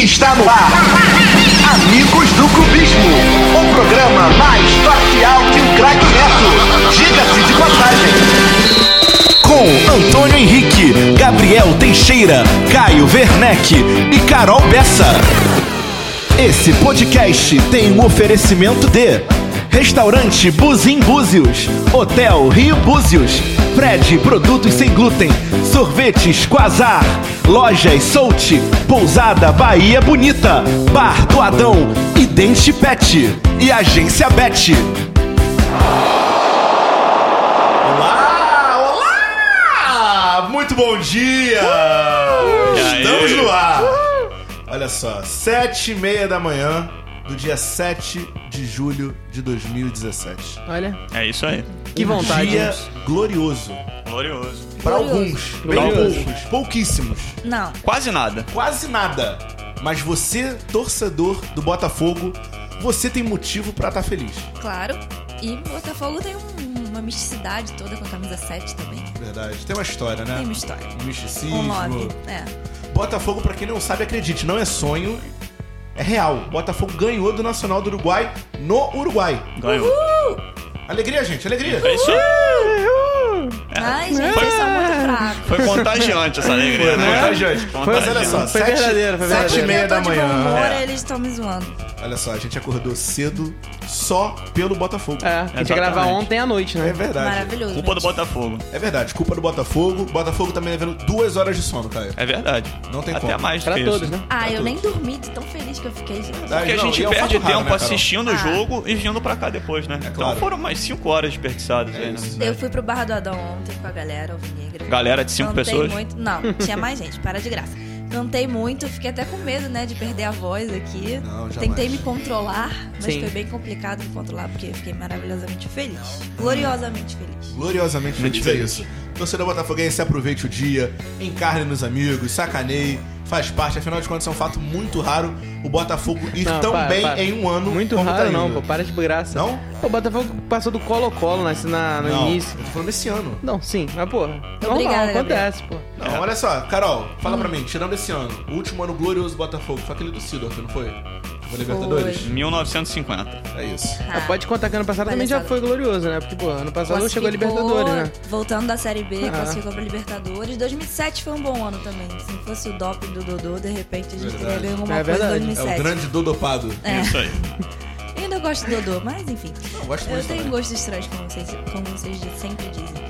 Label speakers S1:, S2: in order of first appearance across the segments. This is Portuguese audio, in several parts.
S1: Está no ar. Amigos do Cubismo. O programa mais parcial que o Craig Neto. Diga-se de passagem
S2: com Antônio Henrique, Gabriel Teixeira, Caio Werneck e Carol Bessa. Esse podcast tem um oferecimento de Restaurante Buzim Búzios, Hotel Rio Búzios, Fred Produtos Sem Glúten, Sorvetes Quasar, Lojas Solte, Pousada Bahia Bonita, Bar do Adão e Dente Pet e Agência Bet.
S3: Muito bom dia! Uhul. Estamos no ar! Uhul. Olha só, sete e meia da manhã do dia 7 de julho de 2017.
S4: Olha.
S5: É isso aí.
S4: Que um vontade.
S3: dia glorioso.
S5: Glorioso.
S3: Para alguns. Para poucos. Pouquíssimos.
S6: Não.
S5: Quase nada.
S3: Quase nada. Mas você, torcedor do Botafogo, você tem motivo para estar feliz.
S6: Claro. E Botafogo tem um, uma misticidade toda com a camisa 7 também.
S3: Verdade. Tem uma história, né?
S6: Tem uma história.
S3: Um misticismo.
S6: Um nome, é.
S3: Botafogo, pra quem não sabe, acredite, não é sonho. É real. Botafogo ganhou do Nacional do Uruguai no Uruguai.
S5: Ganhou.
S3: Uhul. Alegria, gente, alegria.
S5: É isso
S6: é. Ai, gente, vocês são
S3: É.
S6: muito fracos.
S5: Foi contagiante essa alegria,
S3: foi,
S5: né?
S3: Contagiante. Foi, mas olha só,
S4: Foi verdadeiro, foi
S3: sete e
S4: verdadeiro.
S3: meia da manhã.
S6: tá De bom humor,
S5: É.
S6: eles estão me zoando.
S3: Olha só, a gente acordou cedo só pelo Botafogo.
S4: É, a gente ia
S5: Exatamente.
S4: gravar ontem à noite,
S3: É
S4: né?
S3: verdade.
S6: Maravilhoso.
S5: Culpa do
S6: gente.
S5: Botafogo.
S3: É verdade, culpa do Botafogo. Botafogo tá me levando duas horas de sono, Caio.
S5: É verdade.
S3: Não tem
S5: Até
S3: como.
S5: mais do
S4: Pra
S5: que isso.
S4: todos, né?
S3: Tá
S6: Ah, eu nem dormi de tão feliz que eu fiquei, gente.
S3: Verdade,
S5: Porque a
S3: não,
S5: gente
S3: e é um
S5: perde
S3: fato raro,
S5: tempo
S3: né, Carol? É
S5: assistindo o
S6: Ah.
S5: jogo e vindo pra cá depois, né?
S3: claro.
S5: Então foram mais 5 horas desperdiçadas
S4: É,
S5: aí, né?
S6: Eu fui pro Bar do Adão ontem com a galera alvinegra.
S5: Galera de cinco
S6: Cantei
S5: pessoas?
S6: muito- Não, tinha mais gente, para de graça. Cantei muito, fiquei até com medo, né, de perder a voz aqui.
S3: Não, jamais.
S6: Tentei me controlar, mas
S4: Sim.
S6: foi bem complicado me controlar, porque eu fiquei maravilhosamente feliz. Gloriosamente feliz.
S3: Gloriosamente feliz, é isso. Torcedor botafoguense, aproveite o dia, encarne nos amigos, sacaneie, faz parte. Afinal de contas, é um fato muito raro o Botafogo ir
S4: Não,
S3: tão
S4: para,
S3: bem
S4: para.
S3: em um ano
S4: Muito
S3: como
S4: raro,
S3: tá
S4: não,
S3: indo.
S4: pô. Para de graça.
S3: Não?
S4: Pô, o Botafogo passou do Colo-Colo né, assim, na, no
S3: Não,
S4: início.
S3: eu tô falando desse ano.
S4: Não, sim, mas porra. Normal,
S6: Obrigada, Tá.
S4: acontece, pô.
S3: Não, olha só, Carol, fala pra mim, tirando esse ano, o último ano glorioso do Botafogo foi aquele do Sidorf, não foi? Foi Libertadores?
S5: 1950.
S3: É isso.
S6: Ah,
S4: Ah, pode contar que ano passado também já
S6: palhaçada.
S4: foi glorioso, né? Porque, pô, ano passado não chegou a
S6: Classificou,
S4: Libertadores, né?
S6: Voltando da Série B,
S4: Ah.
S6: classificou pra Libertadores. 2007 foi um bom ano também. Se não fosse o doping do Dodô, de repente a gente teria
S3: Verdade.
S6: ganho alguma
S4: É
S6: coisa em
S4: verdade.
S3: É
S6: 2007.
S3: o grande dodopado.
S6: É.
S5: Isso aí.
S6: Eu ainda gosto do Dodô, mas enfim.
S3: Eu gosto
S6: Eu
S3: muito
S6: tenho
S3: também.
S6: gostos estranhos, como vocês, como vocês sempre dizem.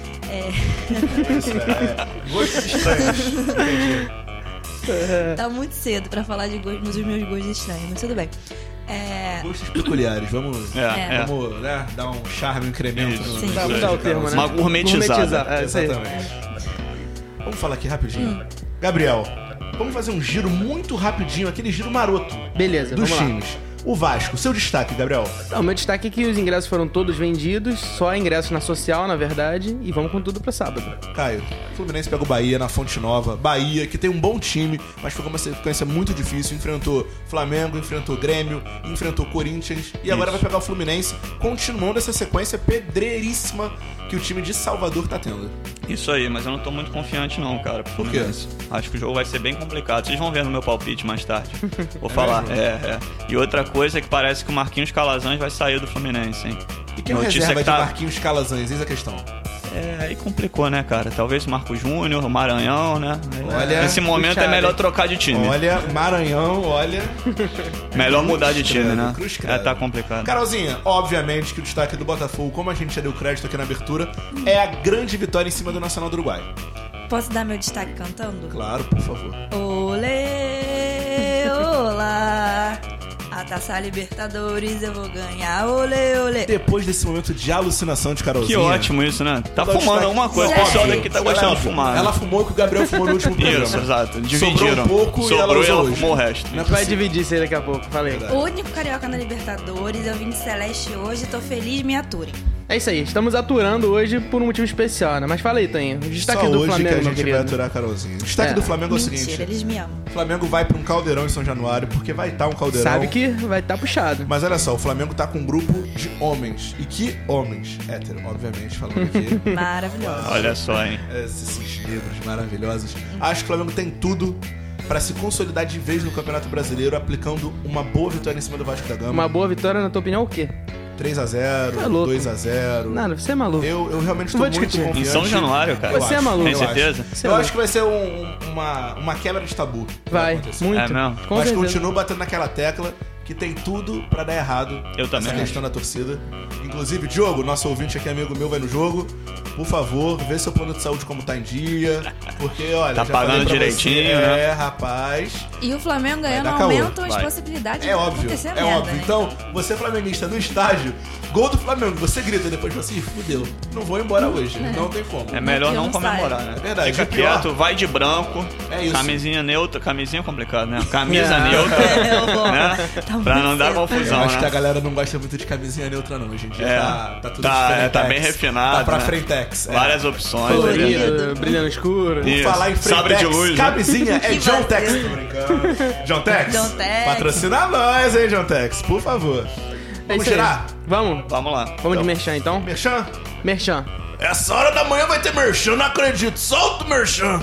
S3: Gostos estranhos.
S6: É, tá muito cedo pra falar de gostos, dos meus gostos estranhos, mas tudo bem. É,
S3: Gostos peculiares, vamos...
S5: É,
S6: É.
S5: é.
S3: Vamos, né, dar um charme, um incremento.
S5: Isso.
S3: no-
S6: Sim.
S3: nos
S6: Tá,
S3: gostos
S4: Vamos dar o
S3: de
S4: termo,
S3: Carol.
S4: né?
S5: Uma gourmetizada.
S4: É, isso aí.
S3: né? Exatamente. Vamos falar aqui rapidinho. Gabriel, vamos fazer um giro muito rapidinho, aquele giro maroto
S4: Beleza,
S3: dos
S4: vamos lá.
S3: times. O Vasco, seu destaque, Gabriel.
S4: Não, meu destaque é que os ingressos foram todos vendidos, só ingressos na social, na verdade, e vamos com tudo pra sábado.
S3: Caio, Fluminense pega o Bahia na Fonte Nova. Bahia, que tem um bom time, mas foi uma sequência muito difícil. Enfrentou Flamengo, enfrentou Grêmio, enfrentou Corinthians. E agora vai pegar o Fluminense, continuando essa sequência pedreiríssima que o time de Salvador tá tendo.
S5: Isso aí, mas eu não tô muito confiante não, cara. pro
S3: Por quê?
S5: Fluminense. Acho que o jogo vai ser bem complicado. Vocês vão ver no meu palpite mais tarde. Vou falar. É, é. E outra coisa é que parece que o Marquinhos Calazans vai sair do Fluminense, hein?
S3: E quem é
S5: Notícia
S3: reserva
S5: que
S3: de
S5: tá-
S3: Marquinhos Calazans? Eis a questão.
S5: É, aí complicou, né, cara? Talvez o Marco Júnior, o Maranhão, né?
S3: Olha,
S5: Nesse momento é
S4: puxado,
S5: melhor
S4: hein?
S5: trocar de time.
S3: Olha, Maranhão, olha.
S5: melhor mudar de
S3: Cruz
S5: time,
S3: credo,
S5: né?
S3: cruz credo.
S5: É, tá complicado.
S3: Carolzinha, obviamente que o destaque é do Botafogo, como a gente já deu crédito aqui na abertura, é a grande vitória em cima do Nacional do Uruguai.
S6: posso dar meu destaque cantando?
S3: Claro, por favor.
S6: Olê, olá. A taça Libertadores eu vou ganhar. Olê, olê.
S3: Depois desse momento de alucinação de Carolzinha.
S5: Que ótimo isso, né?
S3: dá
S5: Tá
S3: o
S5: fumando
S3: destaque-
S5: alguma coisa. O
S6: Óbvio.
S5: pessoal daqui tá gostando
S3: ela,
S5: de fumar.
S3: Ela
S5: né?
S3: fumou o que o Gabriel fumou no último programa.
S5: Isso, exato.
S3: Sobrou
S5: Dividiram.
S3: um pouco e ela
S5: Sobrou
S3: usou
S5: e ela
S3: hoje.
S5: fumou o resto.
S3: Não é
S4: Vai
S3: possível.
S4: dividir isso aí daqui a pouco, falei.
S6: O único carioca na Libertadores, eu vim de Celeste hoje, tô feliz, me aturem.
S4: É isso aí, estamos aturando hoje por um motivo especial, né? Mas fala aí, Tanho. O destaque
S3: Só
S4: do
S3: hoje
S4: Flamengo,
S3: que a
S4: meu
S3: gente vai
S4: querido.
S3: aturar a Carolzinha. O destaque
S4: É.
S3: do Flamengo é o seguinte:
S6: Mentira, eles me amam.
S3: o Flamengo vai pra um caldeirão em São Januário, porque vai estar um caldeirão.
S4: Sabe que vai estar puxado.
S3: Mas olha só, o Flamengo tá com um grupo de homens. E que homens? Hétero, obviamente, falando aqui. É,
S6: Maravilhoso.
S5: Olha só, hein?
S3: Esses negros maravilhosos. Acho que o Flamengo tem tudo pra se consolidar de vez no Campeonato Brasileiro, aplicando uma boa vitória em cima do Vasco da Gama.
S4: Uma boa vitória, na tua opinião, é o quê?
S3: 3x0,
S4: Tá louco.
S3: 2x0.
S4: Nada, você é maluco.
S3: Eu, eu realmente estou
S4: Não vou
S3: muito
S4: discutir.
S3: confiante.
S5: Em São Januário, cara.
S4: Você é
S3: Eu acho,
S4: maluco.
S5: Tem
S3: eu
S5: certeza?
S3: acho.
S4: Você é
S3: Eu
S4: maluco.
S3: acho que vai ser um- uma, uma quebra de tabu. que
S4: Vai,
S3: acontecer.
S4: muito.
S5: É mesmo?
S4: Com
S3: Mas
S4: certeza.
S3: continuo batendo naquela tecla que tem tudo pra dar errado.
S5: Eu também
S3: Essa questão da torcida. Inclusive, Diogo, nosso ouvinte aqui, amigo meu, vai no jogo. Por favor, vê seu plano de saúde como tá em dia. Porque, olha.
S5: Tá
S3: já falei
S5: pagando
S3: pra
S5: direitinho,
S3: você,
S5: né?
S3: É, rapaz.
S6: E o Flamengo ganhando
S3: dar caô,
S6: aumentam as
S5: vai.
S6: possibilidades
S3: É
S6: de
S3: óbvio.
S6: acontecer
S3: É
S6: merda.
S3: óbvio.
S6: né?
S3: Então, você flamenguista no estádio, gol do Flamengo, você grita depois fala assim, fudeu, não vou embora hoje. Não tem como.
S5: É melhor
S6: Aqui eu
S5: não
S6: não
S5: comemorar,
S6: saio.
S5: né?
S3: É verdade,
S5: Fica
S3: o pior-
S5: quieto, vai de branco.
S3: É isso.
S5: Camisinha neutra. Camisinha é complicado, né? Camisa
S4: É.
S5: neutra.
S6: É, eu vou.
S5: Né?
S6: Tá muito
S5: pra não dar
S6: cedo.
S5: confusão,
S3: Eu acho que a
S5: né?
S3: galera não gosta muito de camisinha neutra, não, gente. Já
S5: É.
S3: tá, tá tudo
S5: Tá,
S3: diferentex.
S5: é, tá bem refinado,
S3: Tá pra
S5: né?
S3: frentex. é.
S5: Várias opções. ali, né?
S4: Colorido, brilhando escuro. É
S5: E-
S3: Por falar em frentex,
S5: Sabre de luz, né?
S3: camisinha é
S6: Que
S3: John
S6: vazio.
S3: Tex. Tô brincando. John Tex.
S6: John Tex.
S3: Patrocina nós, hein, John Tex. Por favor.
S4: É
S3: Vamos
S4: isso aí.
S3: girar?
S4: Vamos?
S5: Vamos lá.
S4: Vamos de merchan, então?
S3: Merchan?
S4: Merchan.
S3: Essa hora da manhã vai ter merchan, não acredito. Solta o merchan.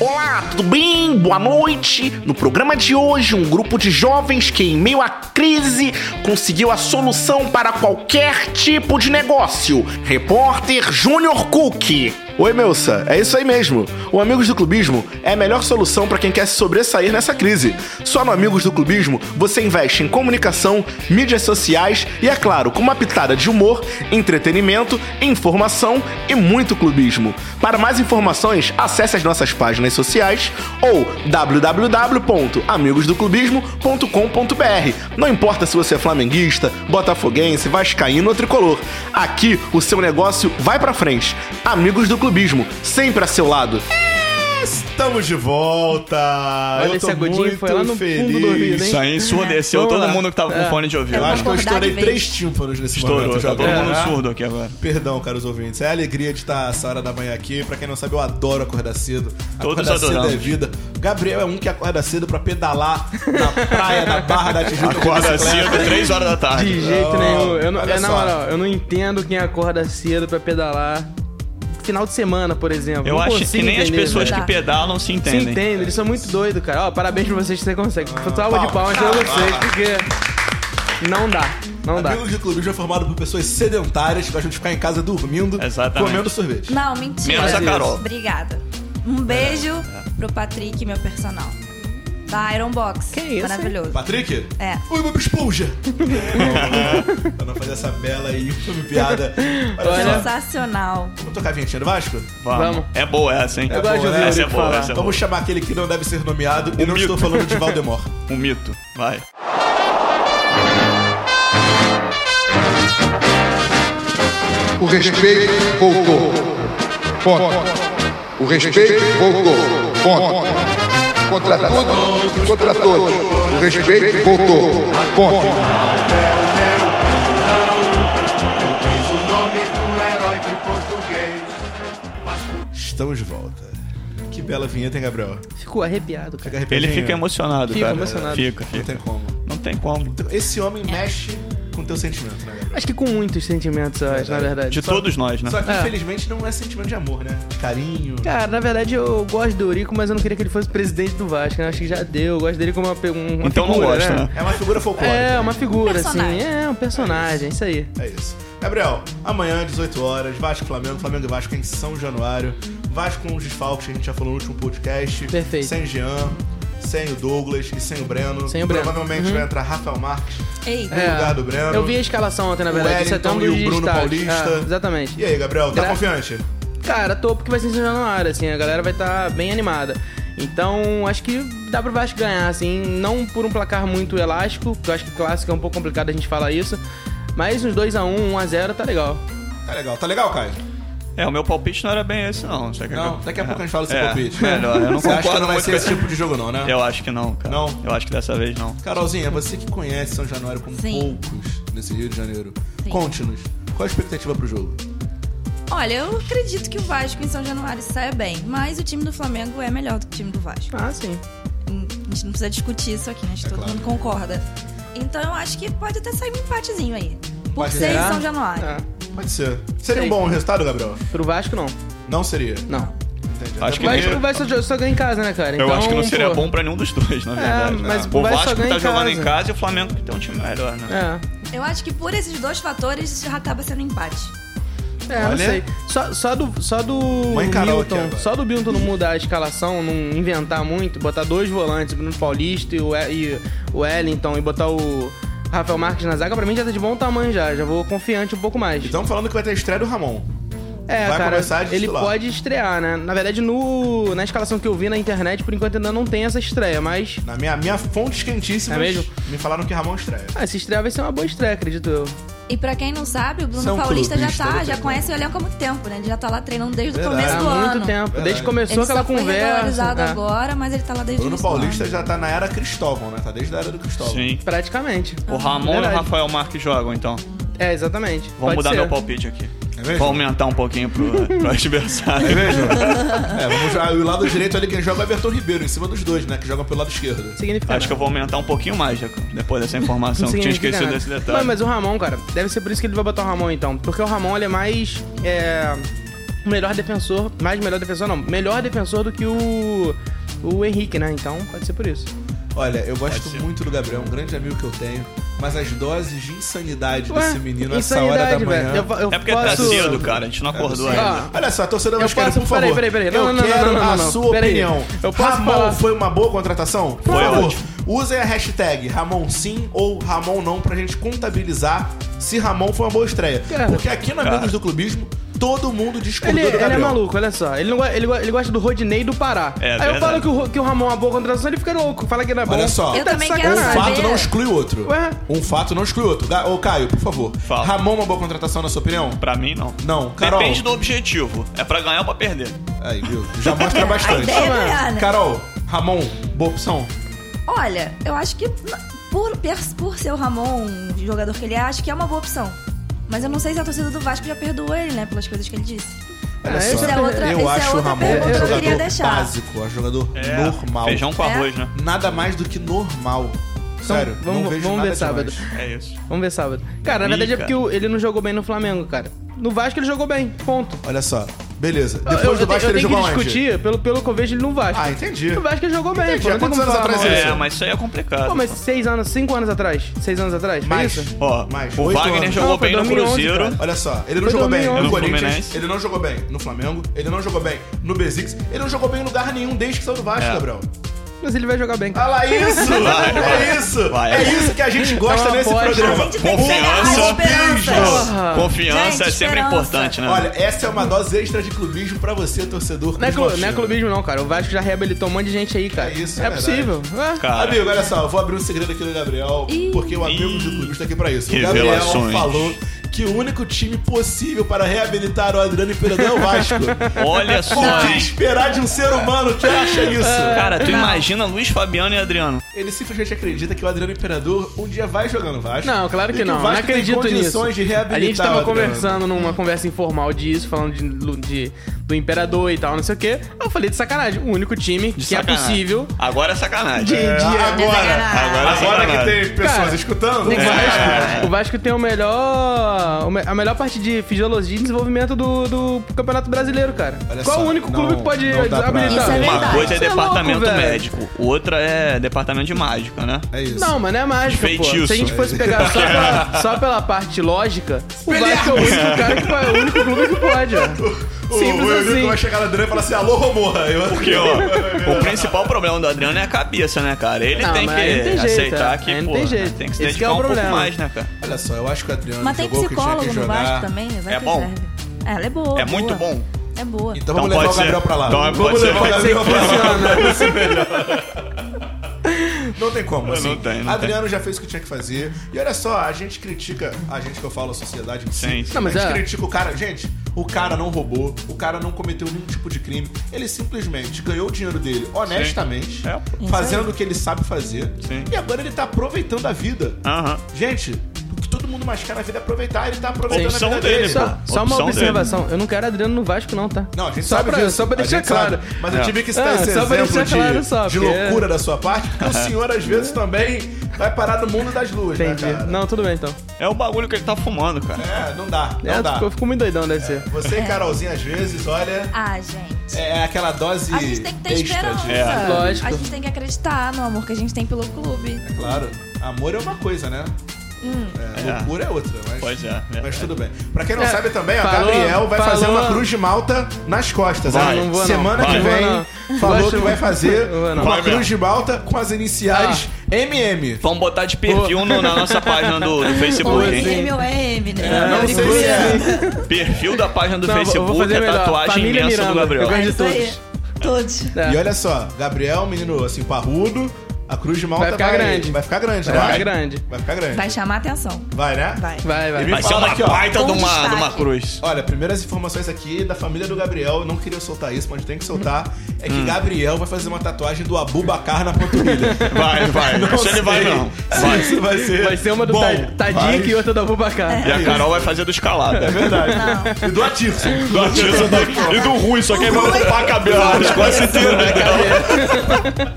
S7: Olá, tudo bem? Boa noite! No programa de hoje, um grupo de jovens que, em meio à crise, conseguiu a solução para qualquer tipo de negócio. Repórter Júnior Cook. Oi, Melsa, é isso aí mesmo. O Amigos do Clubismo é a melhor solução para quem quer se sobressair nessa crise. Só no Amigos do Clubismo você investe em comunicação, mídias sociais e, é claro, com uma pitada de humor, entretenimento, informação e muito clubismo. Para mais informações, acesse as nossas páginas sociais ou www.amigosdoclubismo.com.br. Não importa se você é flamenguista, botafoguense, vascaíno ou tricolor, aqui o seu negócio vai pra frente. Amigos do Clubismo, sempre a seu lado.
S3: Estamos de volta.
S4: Olha,
S3: eu tô
S4: esse agudinho
S3: muito
S4: foi lá no
S3: feliz.
S4: fundo do ouvido, hein?
S5: Isso aí ensurdeceu
S4: Vamos
S5: todo
S4: lá.
S5: mundo que tava
S4: É.
S5: com fone de ouvido.
S3: Eu acho que eu
S6: Acordar
S3: estourei
S6: de vez.
S3: três tímpanos nesse
S5: Estourou,
S3: momento.
S5: tá todo
S3: Jogão.
S5: mundo
S4: É.
S5: surdo aqui agora.
S3: Perdão, caros ouvintes. É a alegria de estar essa hora da manhã aqui. Pra quem não sabe, eu adoro acordar cedo.
S5: Todos
S3: acordar cedo
S5: adoramos.
S3: é vida. Gabriel é um que acorda cedo pra pedalar na praia, na Barra da Tijuca. com
S5: Acorda
S3: bicicleta.
S5: cedo, 3 horas da tarde.
S4: De jeito nenhum. Eu não,
S3: Ah, olha
S4: é, na
S3: só.
S4: moral, eu não entendo quem acorda cedo pra pedalar. Final de semana, por exemplo.
S5: Eu
S4: não
S5: acho que
S4: consigo
S5: nem as
S4: entender,
S5: pessoas
S4: velho.
S5: que pedalam se
S4: se
S5: entendem.
S4: entendem, eles são muito doidos, cara. Ó, parabéns pra vocês que você consegue. Salva
S3: Ah,
S4: de palmas pra vocês, porque. Não dá, não dá.
S3: Amigos de clubismo é formado por pessoas sedentárias que gostam de ficar em casa dormindo,
S5: Exatamente.
S3: comendo sorvete.
S6: Não, mentira.
S5: Menos a Carol.
S6: Obrigada. Um beijo pro Patrick, meu personal. Da Iron Box.
S4: Que isso, hein?
S6: Maravilhoso.
S3: Patrick?
S6: É.
S3: Oi, meu esponja! Não, pra não fazer essa bela e infame piada. Olha só.
S6: Sensacional.
S3: Vamos tocar a vinhetinha do Vasco?
S5: Vamos.
S4: Vamos.
S5: É boa essa, hein?
S4: Eu gosto de
S3: boa,
S4: ouvir o
S5: essa é
S4: Eurico
S5: boa,
S4: falar.
S5: essa é boa.
S3: Vamos chamar aquele que não deve ser nomeado. E não
S5: Humilde.
S3: estou falando de Valdemar.
S5: Um mito. Vai.
S8: O respeito voltou. Ponto. O respeito voltou. Ponto. Contra tudo, contra todos. O respeito voltou. Ponto.
S3: Estamos de volta. Que bela vinheta, hein, Gabriel?
S4: Ficou arrepiado, cara.
S3: Fica
S5: Ele
S3: arrepiadinho.
S5: fica emocionado,
S4: Fica
S5: cara.
S4: emocionado.
S5: Fica,
S3: Não
S5: fica.
S3: tem como.
S5: Não tem como.
S3: Esse
S4: É.
S3: homem mexe com teu sentimento, né, Gabriel?
S4: Acho que com muitos sentimentos, eu acho, na verdade.
S5: De todos nós, né?
S3: Só que,
S4: É.
S3: infelizmente, não é sentimento de amor, né? Carinho.
S4: Cara, na verdade eu gosto do Eurico, mas eu não queria que ele fosse presidente do Vasco. né? Eu acho que já deu. Eu gosto dele como uma, pe- um- uma
S5: Então não
S4: figura,
S5: gosta, né?
S3: É uma figura folclórica.
S4: É, uma figura,
S6: Um
S4: assim.
S6: personagem.
S4: É, um personagem, isso aí.
S3: É isso. Gabriel, amanhã, 18 horas, Vasco e Flamengo, Flamengo e Vasco em São Januário. Vasco com os desfalques, a gente já falou no último podcast.
S4: Perfeito.
S3: Sem Jean, sem o Douglas e sem o Breno.
S4: Sem o Breno. Uhum.
S3: Provavelmente vai entrar Rafael Marques
S6: Eita.
S3: no
S4: É.
S3: lugar do Breno.
S4: Eu vi a escalação ontem, na
S3: O
S4: verdade. Isso é até um
S3: Wellington e
S4: dos
S3: o Bruno
S4: destaques.
S3: Paulista.
S4: É, exatamente.
S3: E aí, Gabriel, tá
S4: Gra-
S3: confiante?
S4: Cara, tô porque vai ser em São Januário, assim, a galera vai estar bem animada. Então, acho que dá pro Vasco ganhar, assim, não por um placar muito elástico, porque eu acho que clássico é um pouco complicado a gente falar isso, mas uns 2x1, 1x0 tá legal.
S3: Tá legal, tá legal, Caio?
S5: É, o meu palpite não era bem esse, não. Você quer
S3: Não,
S5: que eu-
S3: daqui a pouco a gente fala desse
S5: É,
S3: palpite.
S5: Melhor, eu não
S3: Você acha que não
S5: concordo
S3: vai
S5: muito
S3: ser
S5: com
S3: esse
S5: esse.
S3: tipo de jogo, não, né?
S5: Eu acho que não, cara.
S3: Não?
S5: Eu acho que dessa vez não.
S3: Carolzinha, você que conhece São Januário como
S6: Sim.
S3: poucos nesse Rio de Janeiro,
S6: Sim.
S3: conte-nos. Qual a expectativa pro jogo?
S6: Olha, eu acredito que o Vasco em São Januário saia bem, mas o time do Flamengo é melhor do que o time do Vasco.
S4: Ah, sim.
S6: Hum, A gente não precisa discutir isso aqui, né? Acho que
S3: É
S6: todo
S3: claro.
S6: mundo concorda. Então eu acho que pode até sair um empatezinho aí. Por
S3: Pode
S6: ser em
S4: Será?
S6: São Januário.
S4: Ah,
S3: Pode ser. Seria um
S4: Sei.
S3: bom resultado, Gabriel?
S4: pro Vasco, não.
S3: Não seria.
S4: Não.
S3: entende?
S5: Acho que
S4: Mas
S5: nem-
S4: o Vasco só, só ganha em casa, né, cara?
S5: eu acho
S3: então
S5: que não seria
S4: pô,
S5: bom pra nenhum dos dois,
S3: É,
S5: na verdade.
S4: mas
S5: o
S4: vai só
S5: Vasco que
S4: ganhar
S5: tá
S4: em
S5: jogando
S4: casa.
S5: em casa e o Flamengo que tem um time melhor, né?
S4: É.
S6: Eu acho que por esses dois fatores já acaba sendo um empate.
S4: É, não
S3: Olha.
S4: sei. Só, só do, só do
S3: Mãe Carol aqui
S4: Milton,
S3: agora.
S4: só do Milton não mudar a escalação, não inventar muito, botar dois volantes, Bruno Paulista e o, e o Wellington, e botar o Rafael Marques na zaga, pra mim já tá de bom tamanho já, já vou confiante um pouco mais.
S3: Estamos falando que vai ter estreia do Ramon.
S4: é,
S3: Então, vai
S4: cara,
S3: começar de
S4: ele
S3: titular.
S4: pode estrear, né? Na verdade, no, na escalação que eu vi na internet, por enquanto ainda não tem essa estreia, mas...
S3: Na minha, minha fonte quentíssima,
S4: É mesmo?
S3: me falaram que Ramon estreia.
S4: Ah, essa estreia vai ser uma boa estreia, acredito eu.
S6: E pra quem não sabe, o Bruno
S3: São
S6: Paulista já
S3: clubista,
S6: tá,
S3: né,
S6: já
S3: cara?
S6: conhece o elenco há muito tempo, né? Ele já tá lá treinando desde o
S3: Verdade.
S6: começo do
S4: Há
S6: ano.
S4: muito tempo, desde que começou
S6: Ele
S4: aquela
S6: só foi
S4: conversa.
S6: regularizado
S4: é,
S6: agora, mas ele tá lá desde
S3: Bruno
S6: o início do
S3: Paulista
S6: ano.
S3: já tá na era Cristóvão, né? Tá desde a era do Cristóvão.
S5: Sim.
S4: praticamente.
S6: Ah.
S3: É
S5: O Ramon e
S4: Verdade.
S5: o Rafael Marques jogam, então.
S4: É, exatamente.
S5: Vou
S4: Pode
S5: mudar
S4: ser.
S5: meu palpite aqui.
S3: É mesmo?
S5: Vou aumentar um pouquinho pro, pro adversário. É mesmo?
S3: É, vamos já. E o lado direito ali quem joga é o Everton Ribeiro, em cima dos dois, né? Que jogam pelo lado esquerdo.
S4: Significa
S5: Acho que eu vou aumentar um pouquinho mais, Jacob, depois dessa informação. que
S4: Sim,
S5: tinha
S4: significa
S5: esquecido
S4: nada.
S5: desse detalhe.
S4: Mas, mas o Ramon, cara, deve ser por isso que ele vai botar o Ramon então. Porque o Ramon ele é mais. É, o melhor defensor. Mais melhor defensor, não. Melhor defensor do que o. O Henrique, né? Então pode ser por isso.
S3: Olha, eu gosto
S5: Pode ser.
S3: muito do Gabriel, um grande amigo que eu tenho. Mas as doses de insanidade
S4: Ué,
S3: desse menino nessa
S4: insanidade,
S3: hora da manhã.
S4: velho. Eu, fa- eu
S5: É porque tá
S4: posso...
S5: cedo, né? cara. A gente não acordou
S3: É,
S4: cedo.
S5: ainda.
S4: Ah,
S3: Olha só, torcedor
S4: Eu
S3: vascaíno, por
S4: posso-
S3: favor.
S4: peraí, peraí, peraí.
S3: Eu
S4: Não, não, não,
S3: quero
S4: não, não,
S3: a
S4: não.
S3: sua
S4: Peraí.
S3: opinião.
S4: Eu posso
S3: Ramon
S4: falar-
S3: foi uma boa contratação? Por
S5: Foi
S3: favor,
S5: ótimo.
S3: usem a hashtag Ramon sim ou Ramon não pra gente contabilizar se Ramon foi uma boa estreia.
S4: Cara.
S3: Porque aqui no Amigos do Clubismo, todo mundo discordou
S4: Ele,
S3: do
S4: ele
S3: Gabriel.
S4: é maluco, olha só. Ele, não, go- ele, go- ele gosta do Rodinei do Pará.
S5: É,
S4: Aí eu
S5: verdade.
S4: falo que o, Ro- que o Ramon é uma boa contratação, ele fica louco. Fala que não é bom.
S3: Olha só.
S4: Ele
S6: Eu
S4: tá de
S6: também quero
S3: Um
S4: sacanagem.
S6: saber.
S3: fato não exclui o outro.
S4: Ué?
S3: Um fato não exclui o outro. Ga- Ô, Caio, por favor.
S5: Fala.
S3: Ramon é uma boa contratação, na sua opinião?
S5: Pra mim, não.
S3: Não, Carol.
S5: Depende do objetivo. É pra ganhar ou pra perder.
S3: Aí, viu? Já mostra bastante.
S6: A ideia é ganhar, né?
S3: Carol, Ramon, boa opção?
S6: Olha, eu acho que por, per- por ser o Ramon, um jogador que ele é, acho que é uma boa opção. Mas eu não sei se a torcida do Vasco já perdoou ele, né? Pelas coisas que ele disse.
S3: Olha
S4: Ah,
S3: só,
S4: essa é
S6: outra-
S3: eu
S6: essa é
S3: acho o
S6: outra
S3: Ramon
S6: pergunta
S3: um
S6: que eu
S3: jogador
S6: queria deixar.
S3: básico, um jogador
S5: É,
S3: normal.
S5: Feijão com
S6: É.
S5: arroz, né?
S3: Nada mais do que normal.
S4: Então,
S3: Sério,
S4: vamos,
S3: não vejo
S4: vamos
S3: nada
S4: ver sábado.
S3: demais.
S5: É isso.
S4: Vamos ver sábado. Cara, na
S5: Ih,
S4: verdade é
S5: cara.
S4: porque o- ele não jogou bem no Flamengo, cara. No Vasco ele jogou bem, ponto.
S3: Olha só, beleza.
S4: Eu-
S3: Depois do
S4: eu,
S3: Vasco
S4: eu
S3: ele
S4: tenho
S3: jogou
S4: que
S3: onde?
S4: discutir pelo, pelo que eu vejo ele no Vasco.
S3: Ah, entendi.
S4: No Vasco ele jogou bem,
S3: Entendi.
S4: pô. Não tem
S3: Quantos
S4: como
S3: anos
S4: falar
S3: atrás
S4: mal.
S3: ele-
S5: É,
S3: isso.
S5: mas isso aí é complicado.
S4: Pô, mas seis anos, cinco anos atrás? Seis anos atrás? Foi
S3: Mais.
S4: isso?
S5: Ó,
S3: Mas
S5: o
S3: oito
S5: Wagner
S3: anos.
S5: jogou
S4: Não, foi
S5: bem no
S4: 2011,
S5: Cruzeiro.
S4: cara.
S3: Olha só, ele não
S4: Foi
S3: jogou bem
S4: 2011.
S3: no
S5: No
S3: Corinthians,
S5: Fluminense.
S3: ele não jogou bem no Flamengo, ele não jogou bem no Besiktas, ele não jogou bem em lugar nenhum desde que saiu do Vasco,
S5: É.
S3: Gabriel.
S4: Mas ele vai jogar bem.
S3: Olha lá isso!
S5: Vai,
S3: é
S5: vai.
S3: isso!
S5: Vai.
S3: É isso que a gente gosta
S4: Então,
S3: nesse
S4: aposta.
S3: programa.
S6: A gente tem que pegar as
S5: Confiança.
S6: esperanças.
S4: Porra.
S5: Confiança é
S6: Gente,
S5: sempre
S6: esperança.
S5: importante, né?
S3: Olha, essa é uma dose extra de clubismo pra você, torcedor.
S4: Ah. Não é, clu-
S3: cosmopolita.
S4: não é clubismo, não, cara. O Vasco já reabilitou um monte de gente aí, cara.
S3: É isso,
S4: é
S3: é
S4: possível. É.
S5: cara.
S3: Ah. Amigo, olha só, eu vou abrir um segredo aqui do Gabriel,
S6: Ih.
S3: porque o amigo
S5: Ih.
S3: do clube está aqui pra isso. O Gabriel
S5: Revelações.
S3: falou que o único time possível para reabilitar o Adriano Imperador é o Vasco.
S5: Olha só,
S3: O que
S5: hein?
S3: esperar de um ser humano que acha isso?
S5: Cara, tu imagina Luiz Fabiano e Adriano.
S3: Ele simplesmente acredita que o Adriano Imperador um dia vai jogando no Vasco.
S4: Não, claro
S3: e
S4: que não.
S3: o
S4: Não
S3: Vasco
S4: acredito
S3: tem
S4: nisso.
S3: condições de reabilitar
S4: a gente
S3: o
S4: tava
S3: Adriano.
S4: conversando numa conversa informal disso, falando de, Lu- de- do imperador e tal, não sei o quê. Eu falei de sacanagem. O único time
S5: De
S4: que é
S5: sacanagem.
S4: possível.
S5: Agora é sacanagem.
S3: É, agora,
S5: Agora, é
S3: agora que
S5: sacanagem.
S3: tem pessoas
S4: Cara,
S3: escutando,
S4: O Vasco,
S5: É.
S4: o Vasco tem o melhor. o me- A melhor parte de fisiologia e desenvolvimento do, do Campeonato Brasileiro, cara.
S3: Olha
S4: Qual
S3: só,
S4: o único
S3: não-
S4: clube que pode
S3: não dá pra-
S4: habilitar?
S6: Isso é
S5: Uma
S6: verdade.
S5: coisa é
S4: Você louco,
S5: departamento
S4: velho.
S5: médico, outra é departamento de mágica, né?
S3: É isso.
S4: Não, mas não é mágica, pô.
S5: Feitiço.
S4: Se a gente fosse pegar só pela, só pela parte lógica, o Vasco é o único cara que pode, o único clube que pode, ó.
S3: O-
S4: Simples
S3: o Eurico
S4: assim.
S3: vai chegar na Adriano e falar assim, alô, Romorra. Eu...
S5: Porque, ó, o principal problema do Adriano é a cabeça, né, cara? Ele
S4: Não,
S5: tem que
S4: mas aí não tem jeito,
S5: aceitar
S4: é.
S5: que,
S4: Aí não
S5: pô,
S4: tem
S5: né,
S4: jeito.
S5: tem que se
S4: Esse que é
S5: dedicar
S4: o
S5: um pouco
S4: problema.
S5: mais, né, cara?
S3: Olha só, eu acho que o Adriano
S6: Mas tem
S3: jogou o que tinha que
S6: psicólogo no
S3: jogar.
S6: Vasco também, vai
S5: É
S6: que
S5: bom.
S6: serve. É, ela é boa.
S5: É muito
S6: boa.
S5: bom.
S6: É boa.
S3: Então vamos
S5: Então
S3: levar
S5: pode
S3: o Gabriel
S5: ser.
S3: pra lá.
S5: Então
S3: vamos
S5: pode ser.
S3: levar o
S5: Pode
S4: ser
S3: Gabriel
S4: que
S3: pra lá.
S4: funciona.
S3: Não tem como, assim.
S5: Não tem, não
S3: Adriano já fez o que tinha que fazer. E olha só, a gente critica, a gente que eu falo, a sociedade em si.
S5: Sim, sim.
S4: Não, mas
S3: a gente
S4: é.
S3: critica o cara. Gente, o cara não roubou, o cara não cometeu nenhum tipo de crime. Ele simplesmente ganhou o dinheiro dele honestamente,
S5: É, pô.
S3: fazendo o que ele sabe fazer.
S5: Sim.
S3: E agora ele tá aproveitando a vida.
S5: Aham.
S3: Gente, o que todo mundo mais quer na vida é aproveitar, ele tá aproveitando
S5: Opção
S3: a vida
S5: dele,
S3: dele.
S5: pô.
S4: Só, só uma
S5: Opção
S4: observação. Eu não quero Adriano no Vasco, não, tá?
S3: Não, a gente
S4: só
S3: sabe
S4: pra,
S3: disso.
S4: Só pra
S3: a
S4: deixar
S3: gente
S4: claro.
S3: sabe. Mas eu
S5: É.
S3: tive que citar
S4: Ah,
S3: esse
S4: só pra
S3: exemplo
S4: deixar
S3: de,
S4: claro só,
S3: de
S4: porque- é.
S3: loucura da sua parte, porque o senhor às vezes também vai parar no mundo das luas,
S4: Entendi.
S3: né, cara?
S4: Não, tudo bem então.
S5: É o bagulho que ele tá fumando, cara.
S3: É, não dá, não
S4: É, eu
S3: dá. É.
S4: fico- eu fico muito doidão, deve ser.
S3: Você
S6: É.
S3: e Carolzinha, às vezes, olha,
S6: Ah, gente.
S3: é aquela dose
S6: A gente tem que ter
S3: extra
S6: esperança.
S3: de...
S5: É.
S4: Lógico.
S6: A gente tem que acreditar no amor que a gente tem pelo clube.
S3: Claro, amor é uma coisa, né?
S6: Hum.
S3: É,
S5: É.
S3: Loucura é outra, mas...
S5: Pois é. é.
S3: Mas tudo bem. Pra quem não
S4: É,
S3: sabe também, ó,
S4: falou,
S3: Gabriel vai
S4: falou.
S3: fazer uma cruz de malta nas costas.
S5: Vai.
S3: ó.
S5: Não
S4: vou, não.
S3: Semana
S5: Vai.
S3: que vem,
S4: Não vou, não.
S3: falou
S4: Gosto
S3: que vai
S4: muito.
S3: fazer
S4: Não Ah. vou, não.
S3: uma
S5: Vai mesmo.
S3: cruz de malta com as iniciais MM.
S5: Vamos botar de perfil no- na nossa página do, do
S6: Ou
S5: Facebook,
S6: é
S5: hein?
S6: M ou é M, né?
S3: não
S4: É,
S3: sei
S4: inclusive-
S3: se é.
S5: Perfil da página do
S4: Não, eu vou- eu vou
S5: Facebook,
S4: fazer
S5: é
S4: melhor.
S5: tatuagem
S4: Família
S5: imensa
S4: Miranda.
S5: do Gabriel.
S4: Eu gosto
S6: É
S4: de
S6: isso aí. Todos.
S4: É.
S3: E olha só, Gabriel, menino assim, parrudo, a cruz de malta
S4: Vai ficar grande.
S3: Vai ficar grande,
S4: Vai
S3: né?
S4: ficar grande.
S3: Vai ficar grande.
S6: Vai chamar atenção.
S3: Vai, né?
S6: Vai.
S4: Vai,
S3: E
S4: vai.
S3: me
S5: Vai ser
S3: fala
S5: uma
S3: aqui, ó.
S5: baita de
S6: Com
S5: uma, de uma
S6: destaque.
S5: cruz.
S3: Olha, primeiras informações aqui da família do Gabriel, eu não queria soltar isso, mas tem que soltar, é
S4: Hum.
S3: que Gabriel vai fazer uma tatuagem do Abubacar na panturrilha.
S5: Vai, vai. Não
S3: sei
S5: ele vai, não.
S3: se Isso vai ser.
S4: Vai ser uma do
S3: Bom,
S4: Tad- Tadic
S3: vai.
S4: e outra do Abubacar.
S5: E a Carol vai fazer do escalado.
S3: É verdade. E do Atirson.
S5: Do atiço e do ruim, só
S4: é
S5: que aí vai ocupar a cabeça dos quase inteiro, né, cara?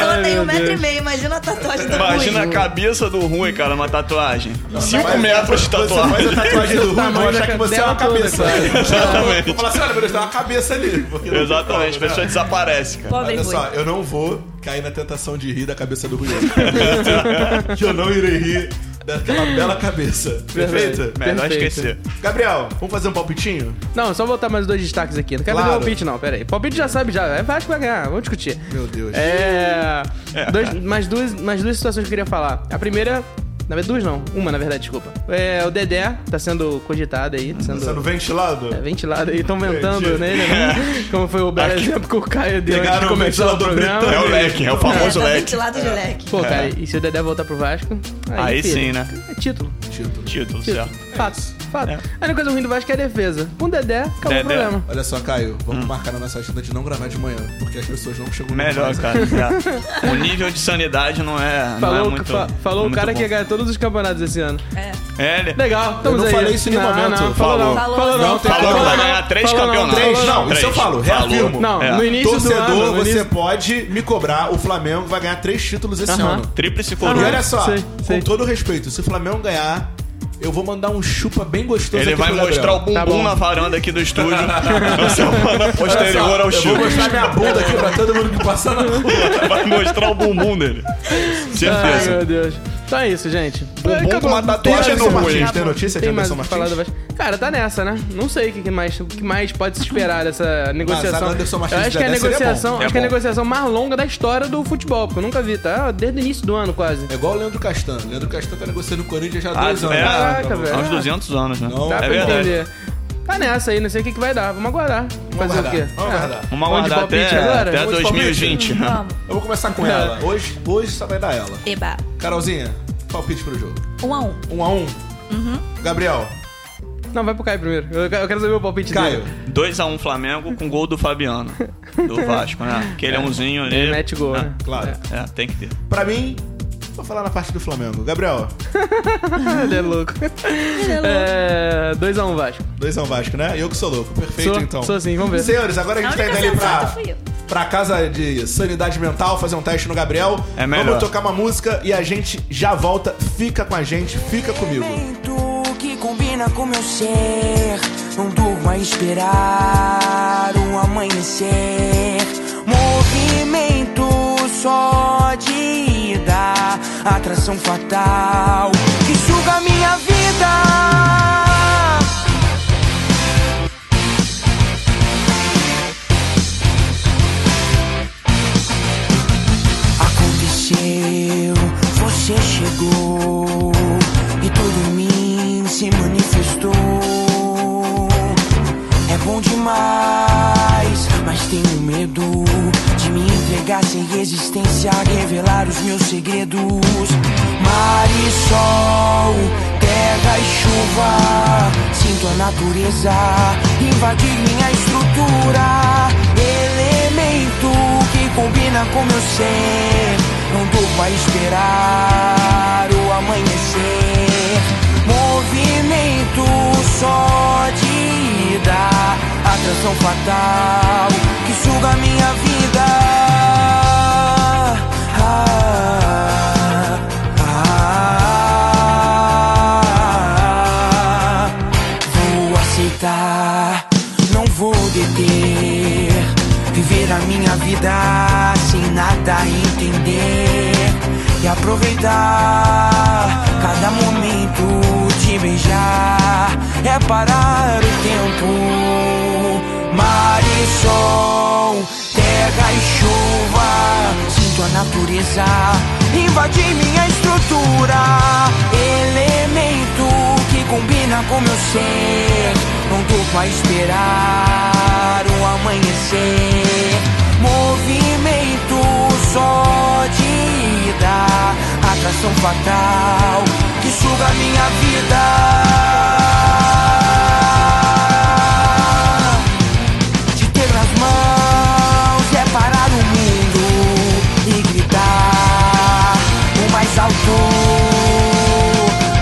S6: A pessoa tem um
S4: meu
S6: metro e
S4: Deus.
S6: meio, imagina a tatuagem do
S5: Imagina a
S6: Rui.
S5: cabeça do ruim, cara, uma tatuagem. 5
S3: Mas
S5: metros de
S3: Você faz a
S5: tatuagem.
S3: tatuagem do Rui, vão
S4: Tamanho
S3: achar
S4: da
S3: que você é
S4: dela
S3: uma
S4: toda,
S3: cabeça.
S4: cara.
S3: Vou
S5: Exatamente.
S3: falar assim, olha, meu Deus, tem uma cabeça ali. porque não tem
S5: Exatamente, a
S3: como, né?
S5: pessoa desaparece, cara.
S6: Pobre
S3: Olha
S6: Rui.
S3: só, eu não vou cair na tentação de rir da cabeça do Rui. que eu não irei rir daquela bela cabeça. Perfeito?
S5: Melhor
S4: Perfeito.
S5: esquecer.
S3: Gabriel, vamos fazer um palpitinho?
S4: Não, só voltar mais dois destaques aqui. Não quero
S3: Claro.
S4: dar palpite, não. Pera aí. Palpite já sabe, já. É Vasco vai ganhar. Vamos discutir.
S3: Meu Deus.
S4: É. Dois, mais, duas, mais duas situações que eu queria falar. A primeira. Na verdade, duas não. Uma, na verdade, desculpa. É, o Dedé tá sendo cogitado aí. Tá sendo,
S3: Sendo ventilado?
S4: é, ventilado aí. Estão ventando
S3: Entendi.
S4: nele, né? Como foi o belo
S5: Aqui-
S4: exemplo que o Caio deu antes
S3: Pegaram
S4: de
S3: o
S4: começar o
S3: ventilador
S4: programa.
S5: É o leque, é o famoso
S6: É, tá
S5: leque.
S6: ventilado de leque.
S4: Pô, cara, e se o Dedé voltar pro Vasco?
S5: Aí
S4: filho,
S5: sim, né?
S4: É título.
S3: Título.
S5: Título,
S4: Título.
S5: certo.
S4: Fato. Fato.
S5: É.
S4: A única coisa ruim do Vasco é a defesa. Com o Dedé, acabou
S5: Dedé.
S4: o problema.
S3: Olha só, Caio, vamos marcar na nossa agenda de não gravar de manhã, porque as pessoas não chegam no
S5: Melhor,
S3: mais.
S5: cara. é. O nível de sanidade não é, não
S4: Falou,
S5: é muito.
S4: fa- falou o
S5: muito
S4: cara que
S5: bom.
S4: ia ganhar todos os campeonatos esse ano.
S6: É.
S5: É, ele-
S4: Legal, estamos
S3: não
S4: aí.
S3: falei isso em nenhum
S4: Não,
S3: momento.
S4: Não, falou, não.
S6: Falou.
S4: Falou
S3: Não
S4: não.
S3: tem
S5: Falou que
S3: Falou
S5: vai
S3: não.
S5: ganhar três
S4: Falou não.
S5: campeonatos.
S4: Três,
S3: não, isso eu falo, reafirmo.
S4: Não,
S5: É.
S4: no início do ano.
S3: Torcedor,
S4: no
S3: você
S4: início-
S3: pode me cobrar. O Flamengo vai ganhar três títulos esse
S4: Aham.
S3: ano.
S5: Tríplice
S3: E
S5: coroa.
S3: olha só,
S4: Sei,
S3: com
S4: sei.
S3: todo o respeito, se o Flamengo ganhar, eu vou mandar um chupa bem gostoso
S5: Ele
S3: aqui
S5: vai
S3: pro Gabriel.
S5: mostrar o bumbum
S4: Tá bom.
S5: na varanda aqui do estúdio na semana
S3: Olha
S5: posterior
S3: só,
S5: ao
S3: Eu vou
S5: show.
S3: mostrar minha bunda aqui pra todo mundo que passar na rua.
S5: Vai mostrar o bumbum dele. é
S4: Ai,
S5: Certeza.
S4: meu Deus. Então é isso, gente.
S3: Bumbum com
S4: Acabou.
S3: uma tatuagem
S4: Tem
S3: é no
S4: mais-
S3: Martins. Tem notícia de
S4: Tem mais
S3: Anderson
S4: o que falar do
S3: Martins?
S4: Vasco. Cara, tá nessa, né? Não sei o que que mais, o que mais pode se esperar dessa negociação.
S3: Anderson
S4: Eu
S3: Martins
S4: acho que é a
S3: deve ser, é
S4: negociação,
S5: bom. É
S4: acho que é a
S5: bom.
S4: negociação mais longa da história do futebol, porque eu nunca vi, tá? Desde o início do ano quase.
S3: É igual o Leandro Castan. Leandro Castan tá negociando o Corinthians já há
S5: Ah,
S3: dois anos.
S5: é,
S3: Tá
S4: Caraca, velho.
S5: há uns 200 anos, né?
S3: Não.
S4: Dá
S5: é
S4: pra
S5: verdade.
S4: entender. Tá nessa aí, não sei o que, que vai dar. Vamos aguardar.
S3: Vamos
S4: Fazer
S3: aguardar,
S4: o quê?
S3: Vamos
S4: É.
S3: aguardar.
S5: Vamos
S4: Vamos de
S5: aguardar até,
S4: palpite agora?
S5: até
S4: Vamos
S3: de palpite?
S5: 2020. né?
S6: Vamos.
S3: Eu vou começar
S4: É.
S3: com ela. Hoje, hoje só vai dar ela.
S6: Eba.
S3: Carolzinha, palpite pro jogo.
S6: Um a um.
S3: Um a um. Gabriel,
S4: Não, vai pro Caio primeiro. Eu eu quero saber o palpite
S3: Caio.
S4: dele.
S5: 2x1 Flamengo com gol do Fabiano. Do Vasco, né? Aqueleãozinho ali.
S4: É. Ele mete gol,
S5: né?
S4: né?
S3: Claro.
S5: É, tem que ter.
S3: Pra mim, vou falar na parte do Flamengo. Gabriel,
S5: Ah.
S4: Ele é louco.
S6: Ele é louco.
S4: É. 2x1 Vasco.
S3: dois é um Vasco, né? Eu que sou louco. Perfeito,
S4: Sou,
S3: então.
S4: sou sim, vamos ver.
S3: Senhores, agora a gente
S6: A
S3: tá indo
S6: única
S3: ali
S6: sensata
S3: pra,
S6: fui eu.
S3: pra casa de sanidade mental, fazer um teste no Gabriel.
S5: É melhor.
S3: Vamos tocar uma música e a gente já volta. Fica com a gente, fica comigo.
S9: momento que combina com meu ser. Não durmo a esperar o amanhecer. Movimento só de ida, atração fatal que suga minha vida. Aconteceu, você chegou e tudo em mim se manifestou. É bom demais, mas tenho medo de me entregar sem resistência, revelar os meus segredos. Mar e sol, terra e chuva, sinto a natureza invadir minha estrutura. Elemento que combina com meu ser. Não dou a esperar o amanhecer. Movimento só de ida. Atração fatal que suga minha vida. Ah, ah. aproveitar cada momento, te beijar, é parar o tempo. Mar e sol, terra e chuva, sinto a natureza invadir minha estrutura. Elemento que combina com meu ser, não tô pra esperar o amanhecer. Movimento só de ida, atração fatal que suga minha vida. Te ter nas mãos é parar o mundo e gritar o mais alto.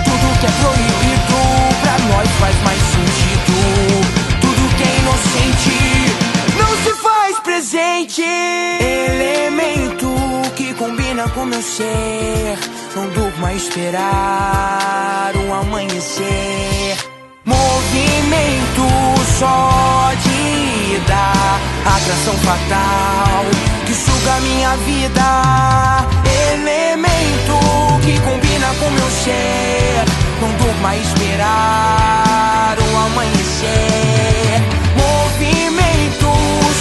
S9: Tudo que é proibido pra nós faz mais sentido. Tudo que é inocente não se faz presente. Elemento que combina com meu ser. Não durmo a esperar o amanhecer. Movimento só de ida, atração fatal que suga minha vida. Elemento que combina com meu ser, não durma a esperar o amanhecer. Movimento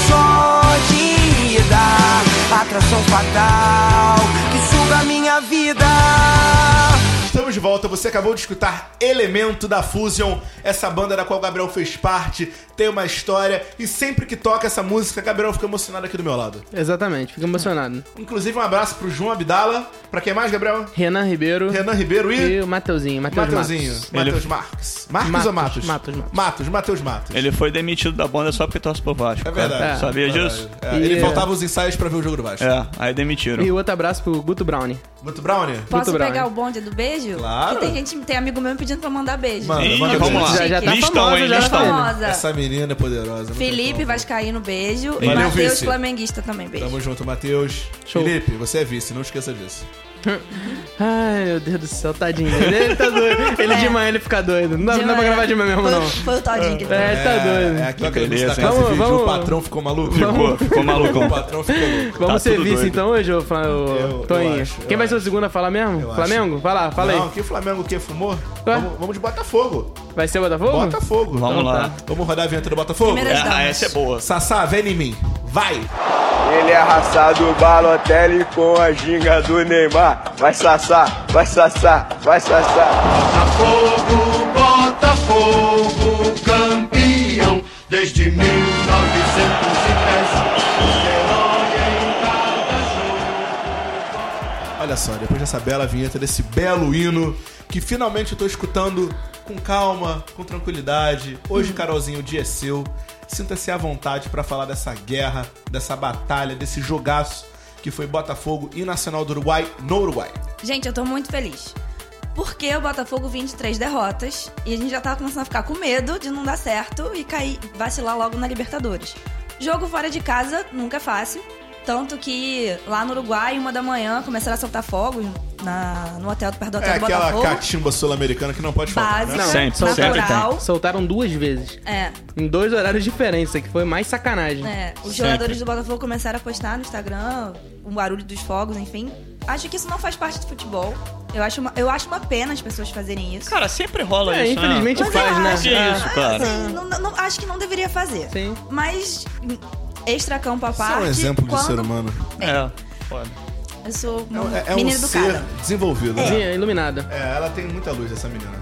S9: só de ida, atração fatal que suga minha vida.
S3: Estamos de volta, você acabou de escutar Elemento da Fusion, essa banda da qual o Gabriel fez parte, tem uma história, e sempre que toca essa música, Gabriel fica emocionado aqui do meu lado.
S4: Exatamente, fico emocionado.
S3: Inclusive, um abraço pro João Abdala, pra quem mais, Gabriel?
S4: Renan Ribeiro
S3: Renan Ribeiro e...
S4: e o Mateuzinho, Mateus
S3: Mateuzinho.
S4: Matos.
S3: Matheus Marques. Marques
S4: Matos,
S3: ou Matos?
S4: Matos, Matos.
S3: Matos, Matheus Matos.
S5: Ele foi demitido da banda só porque torce pro Vasco.
S3: É
S5: cara.
S3: verdade.
S4: É.
S5: Sabia
S3: é verdade.
S5: disso?
S3: É,
S4: E-
S3: Ele faltava os ensaios pra ver o jogo do Vasco.
S5: É, aí demitiram.
S4: E outro abraço pro Guto Brownie.
S3: Muito Brownie?
S6: Posso
S4: Muito bravo,
S6: pegar
S4: hein?
S6: o bonde do beijo?
S3: Claro.
S6: Porque tem gente, tem amigo meu me pedindo pra mandar beijo.
S3: Manda,
S5: Ih,
S3: manda
S5: vamos lá.
S3: beijo.
S4: Já, já tá
S5: listão,
S4: famosa,
S5: hein,
S4: já tá
S5: listão.
S4: famosa.
S6: Famosa.
S3: Essa menina é poderosa. não tem
S6: Felipe
S3: como.
S6: Vascaíno, beijo.
S3: Valeu,
S6: Matheus
S3: vice.
S6: Flamenguista também, beijo.
S3: Tamo junto, Matheus.
S4: Show.
S3: Felipe, você é vice, não esqueça disso.
S4: Ai, meu Deus do céu, tadinho. Ele tá doido. Ele de manhã ele fica doido. Não dá,
S6: De
S4: não dá pra
S6: manhã.
S4: gravar de manhã mesmo,
S6: Foi-
S4: não.
S6: Foi o Todinho que
S4: É, ele tá doido.
S3: É, aqui que
S5: beleza,
S3: beleza,
S5: hein?
S3: casa
S4: Vamos,
S3: vídeo,
S4: vamos.
S3: o patrão ficou maluco?
S5: Ficou, ficou
S3: O
S5: malucão.
S3: patrão ficou louco.
S4: Vamos ser
S5: tudo
S4: vice
S5: doido.
S4: então hoje, ô, Fla- ô,
S3: tá Eu- eu
S4: Toninho?
S3: acho, eu
S4: Quem vai ser o
S3: acho.
S4: segundo a falar mesmo?
S3: Eu
S4: Flamengo? Vai lá, fala
S3: Tá. Não,
S4: aí.
S3: que Flamengo que fumou? Vamos, vamos de Botafogo.
S4: Vai ser o Botafogo?
S3: Botafogo.
S5: Vamos
S4: Então
S5: lá.
S4: tá. Então
S3: Vamos rodar a vinheta do Botafogo?
S6: Primeira-
S5: É, ah, essa é boa.
S3: Sassá, vem em mim. Vai!
S1: Ele é arrasado, Balotelli com a ginga do Neymar. Vai sassar, vai sassar, vai sassar.
S3: Olha só, depois dessa bela vinheta, desse belo hino, que finalmente eu tô escutando com calma, com tranquilidade.
S6: Hum.
S3: Hoje, Carolzinho, o dia é seu. Sinta-se à vontade pra falar dessa guerra, dessa batalha, desse jogaço que foi Botafogo e Nacional do Uruguai no Uruguai.
S6: Gente, eu tô muito feliz. Porque o Botafogo 23 derrotas e a gente já tava começando a ficar com medo de não dar certo e cair, vacilar logo na Libertadores. Jogo fora de casa nunca é fácil. Tanto que lá no Uruguai, uma da manhã, começaram a soltar fogos na- no hotel perto do hotel
S3: É
S6: do
S3: aquela
S6: Botafogo.
S3: catimba sul-americana que não
S7: né?
S3: pode falar.
S6: Básica,
S5: Não, sempre, sempre tem.
S6: natural.
S4: Soltaram duas vezes.
S6: É,
S4: Em dois horários diferentes, isso aqui foi mais sacanagem.
S6: É, os
S5: Sempre.
S6: jogadores do Botafogo começaram a postar no Instagram o barulho dos fogos, enfim. Acho que isso não faz parte do futebol. Eu acho uma, eu acho uma pena as pessoas fazerem isso.
S5: Cara, sempre rola
S4: É,
S5: isso,
S4: infelizmente
S5: né?
S4: faz, né?
S5: Que
S4: É.
S5: isso, cara.
S6: Assim, não- não- acho que não deveria fazer.
S4: Sim.
S6: Mas, hum, extra-campo à
S3: Isso
S6: parte.
S3: é um exemplo de
S6: quando-
S3: ser humano.
S5: É, foda.
S6: Eu sou
S3: É,
S6: uma
S3: é um
S6: menina educada.
S3: ser desenvolvido. né?
S4: Sim, iluminada.
S3: É, ela tem muita luz, essa menina.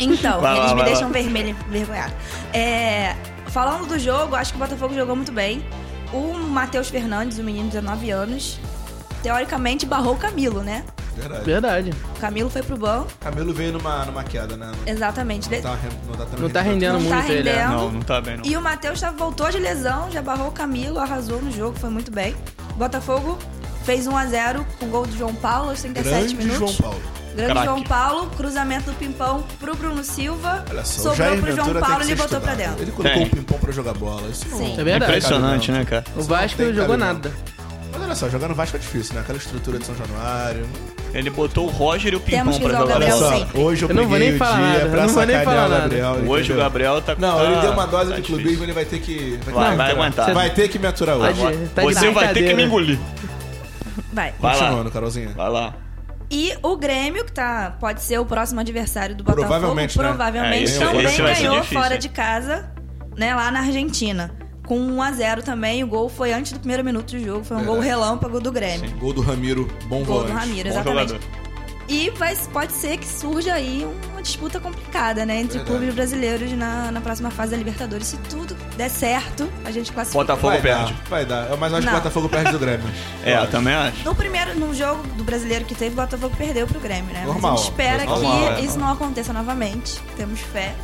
S6: Então,
S5: Vai lá,
S6: eles
S5: vai
S6: me
S5: lá.
S6: deixam vermelha, envergonhada. É, falando do jogo, acho que o Botafogo jogou muito bem. O Matheus Fernandes, o menino de 19 anos, teoricamente barrou o Camilo, né?
S3: Verdade.
S4: Verdade.
S6: O Camilo foi pro banco,
S3: Camelo veio numa, numa queda, né? Não
S6: exatamente. de-
S3: tá, re- não tá, tendo
S4: Não tá
S3: rendimento.
S4: rendendo
S6: É. Não tá
S4: muito ele. é.
S6: rendendo.
S5: Não, não tá bem, não.
S6: E o Matheus já voltou de lesão, já barrou o Camilo, arrasou no jogo, foi muito bem. Botafogo fez 1 a 0 com o gol do João Paulo aos 37
S3: Grande
S6: É minutos.
S3: João Paulo.
S6: Grande
S5: Craque.
S6: João Paulo, cruzamento do Pimpão pro Bruno Silva,
S3: Olha só, o
S6: sobrou
S3: Jair
S6: pro João
S3: Ventura
S6: Paulo
S3: tem
S6: e
S3: que
S6: ele
S3: ser
S6: botou pra
S3: estudado.
S6: dentro.
S3: Ele colocou
S5: Tem.
S3: um pimpom pra jogar bola. Isso não...
S6: Sim.
S4: É verdade.
S5: Impressionante, né, cara?
S4: O Vasco
S3: Não tem
S4: jogou
S3: cabelo,
S4: nada.
S3: Mas olha só, jogar no Vasco é difícil, né? Aquela estrutura de São Januário.
S5: Ele botou o Roger e o
S6: Temos
S5: Pimpão
S6: que
S5: pra
S6: usar o
S5: jogar
S3: Olha
S6: Gabriel
S5: bola.
S3: só,
S6: sempre.
S3: hoje eu,
S4: Eu não vou
S3: peguei
S4: nem
S3: o
S4: falar
S3: dia
S4: nada, eu
S3: pra
S4: não vou nem
S3: sacanear
S4: falar
S3: o
S4: nada.
S3: Gabriel.
S5: Hoje
S3: entendeu?
S5: o Gabriel tá
S3: Não, ele deu uma dose
S5: tá
S3: de
S5: difícil.
S3: clubismo, ele vai ter que... Vai, ter que
S5: Vai, vai
S3: aturar.
S5: aguentar.
S3: Vai ter que me aturar
S4: Tá
S3: hoje.
S4: de- tá de
S5: Você vai ter que
S4: brincadeira.
S5: me engolir.
S6: Vai.
S5: Vai lá.
S3: Continuando, Carolzinha.
S5: Vai lá.
S6: E o Grêmio, que tá, pode ser o próximo adversário do Botafogo,
S3: Provavelmente,
S6: provavelmente,
S3: né?
S5: É, esse-
S6: também
S5: esse vai ser
S6: ganhou
S5: difícil,
S6: fora
S5: hein?
S6: de casa, né, lá na Argentina. Com 1 a 0 também, o gol foi antes do primeiro minuto do jogo, foi um gol relâmpago do Grêmio.
S3: Gol do Ramiro, bom
S6: Gol
S3: volante.
S6: do Ramiro,
S5: Bom
S6: exatamente.
S5: jogador.
S6: E vai, pode ser que surja aí uma disputa complicada, né, entre
S3: Verdade.
S6: clubes brasileiros na, na próxima fase da Libertadores. Se tudo der certo, a gente classifica.
S5: Botafogo
S3: Vai
S5: perde.
S3: dar, vai dar. Eu- Mas acho que o
S6: Não.
S3: Botafogo perde do Grêmio.
S5: É,
S3: Eu acho.
S5: também acho.
S6: No primeiro, no jogo do brasileiro que teve, o Botafogo perdeu pro Grêmio, né?
S3: Normal,
S6: Mas a gente espera
S5: normal, é.
S6: que isso não aconteça novamente. Temos fé.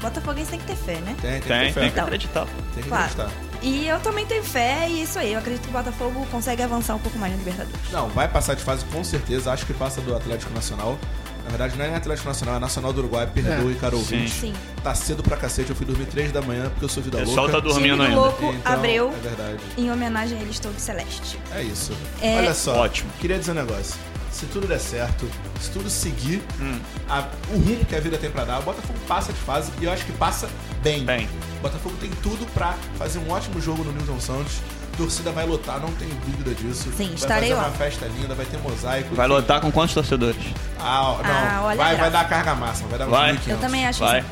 S6: Botafoguense tem que ter fé, né?
S3: Tem, tem,
S5: Tem,
S3: que ter
S5: tem que
S3: fé.
S5: acreditar.
S3: Tem que
S6: Claro.
S3: acreditar.
S6: E eu também tenho fé e é isso aí. Eu acredito que o Botafogo consegue avançar um pouco mais na Libertadores.
S3: Não, vai passar de fase com certeza. Acho que passa do Atlético Nacional. Na verdade, não é nem Atlético Nacional, é Nacional do Uruguai.
S4: É,
S3: Perdoe, cara ouvinte.
S6: Sim.
S3: Tá cedo pra cacete, eu fui dormir 3 da manhã porque eu sou vida
S5: O
S3: louca.
S5: pessoal tá
S6: Time
S5: dormindo
S6: do
S5: ainda.
S6: Louco
S3: Então,
S6: abriu
S3: É verdade.
S6: em homenagem a eles todos celeste.
S3: É isso.
S6: É-
S3: Olha só.
S5: Ótimo.
S3: Queria dizer um negócio. Se tudo der certo, se tudo seguir
S5: Hum.
S3: a- o rumo que a vida tem pra dar, o Botafogo passa de fase e eu acho que passa bem.
S5: Bem.
S3: O Botafogo tem tudo pra fazer um ótimo jogo no Newton Santos. A torcida vai lotar, não tenho dúvida disso.
S6: Sim,
S3: vai
S6: estarei
S3: fazer
S6: lá.
S3: uma festa linda, vai ter mosaico.
S5: Vai lotar com quantos torcedores?
S3: Ah,
S6: Ah,
S3: não.
S6: olha
S3: vai, vai
S6: a graça.
S3: dar carga máxima, vai dar um
S5: Vai.
S3: uns 1.500.
S6: Eu também acho
S5: Vai.
S6: que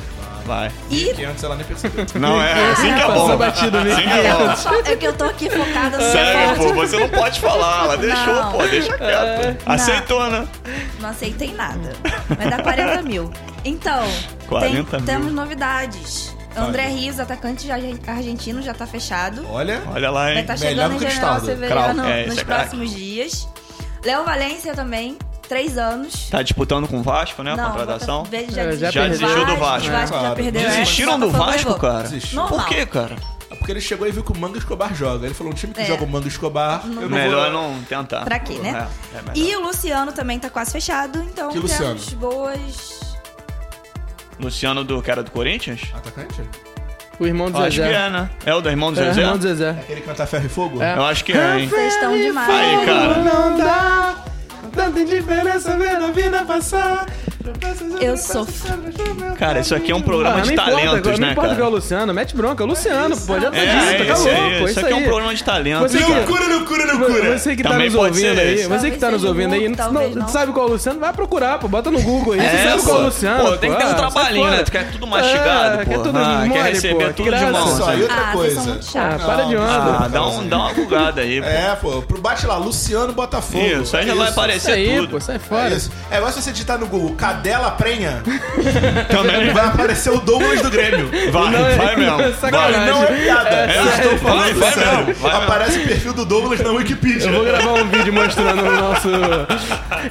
S5: Vai.
S6: sim. E
S3: 1.500 ela nem percebeu.
S5: Não, é assim que é
S4: Passou
S5: bom.
S4: batido, né?
S5: Assim que é bom.
S6: é que eu tô aqui focada no
S5: Sério,
S6: esporte.
S5: pô, você não pode falar. Ela deixou,
S6: Não.
S5: pô, deixa quieto. Aceitou, né?
S6: Não aceitei nada. Vai dar 40 mil. Então,
S5: 40
S6: tem-
S5: mil.
S6: temos novidades. André Rios, atacante já- argentino, já tá fechado.
S3: Olha,
S5: Olha lá,
S6: Vai
S5: hein?
S6: tá estar
S3: melhor
S6: chegando em
S3: que o
S6: General
S3: Estado.
S6: Severiano
S5: Crau- é,
S6: nos
S5: isso é craque.
S6: próximos dias. Léo Valência também, três anos.
S5: Tá disputando com o Vasco, né? A
S6: tá
S5: contratação.
S6: Botafogo
S4: É,
S6: Já,
S4: já Já perdeu.
S5: desistiu do Vasco,
S6: O Vasco
S3: né?
S6: já
S3: Claro.
S6: perdeu. é.
S5: Desistiram do
S6: Botafogo
S5: Vasco,
S6: levou.
S5: cara?
S3: Desistiu.
S6: Normal.
S5: Por quê, cara?
S3: porque ele chegou e viu que o Manga Escobar joga. Ele falou: um time que
S6: É.
S3: joga o Manga Escobar, eu não
S5: É Melhor
S3: vou.
S5: não tentar.
S6: Pra quê, né?
S5: É, é melhor.
S6: E o Luciano também tá quase fechado, então
S3: Que
S6: temos
S3: Luciano?
S6: boas...
S5: Luciano do cara do Corinthians?
S3: Atacante?
S4: O irmão do
S5: Eu acho que
S4: Ah, Zezé.
S5: é, né? É o do irmão do
S4: É, o
S5: Zezé?
S4: irmão do Zezé.
S3: Aquele que canta Ferro e Fogo?
S4: É.
S5: Eu acho que é, hein?
S6: Vocês estão demais.
S5: Aí, cara.
S2: Não dá tanta indiferença ver a vida passar.
S6: Eu sofro.
S5: Cara, isso aqui é um programa
S4: não
S5: de
S4: Ah, importa,
S5: talentos,
S4: não
S5: né,
S4: importa que é o
S5: cara?
S4: Luciano, mete bronca, é o Luciano, pô, já tá
S5: É,
S4: dito,
S5: é,
S4: tá
S5: isso
S4: louco,
S5: aí.
S4: é
S5: Isso
S4: isso
S5: aqui é um
S4: aí.
S5: programa de talentos. né?
S4: Você que- é
S3: Loucura, loucura, loucura!
S4: Você que tá
S5: Também
S4: nos
S5: pode ser
S4: ouvindo aí,
S5: esse.
S4: você que tá
S6: Talvez
S4: nos
S6: seja
S4: ouvindo aí,
S6: burro, talvez
S4: não,
S6: não.
S4: sabe qual é o Luciano, vai procurar, pô, bota no Google aí, você
S5: É,
S4: sabe qual é o Luciano,
S5: pô, tem que ter um
S4: ah,
S5: trabalhinho, né?
S4: sai fora.
S5: Tu quer tudo mastigado,
S4: É,
S5: pô.
S4: Quer tudo
S5: Ah,
S4: mole,
S5: quer
S4: pô,
S5: receber
S4: que
S5: tudo de
S4: graça.
S5: mão,
S3: Só,
S5: sabe?
S3: e outra
S6: Ah, vocês são
S3: coisa.
S6: muito
S4: Ah,
S6: chatos.
S4: para de
S5: Ah,
S4: onda.
S5: dá, um, dá uma bugada aí, pô.
S3: É, pô, pro bate lá, Luciano Botafogo.
S5: Isso, aí já vai
S4: é Isso
S5: aparecer
S4: aí,
S5: tudo.
S4: pô, sai
S3: É
S4: fora.
S3: isso. É igual se você digitar no Google Cadela Prenha,
S5: Também
S3: vai aparecer o Douglas do Grêmio.
S5: vai,
S4: Não,
S5: vai
S4: é-
S5: mesmo.
S4: sacanagem.
S5: Vai.
S3: Não é piada.
S5: É,
S3: eu estou
S5: vai,
S3: falando
S5: vai
S3: sério.
S5: mesmo, vai
S3: Aparece o perfil do Douglas na Wikipedia.
S4: Eu vou gravar um vídeo mostrando no nosso.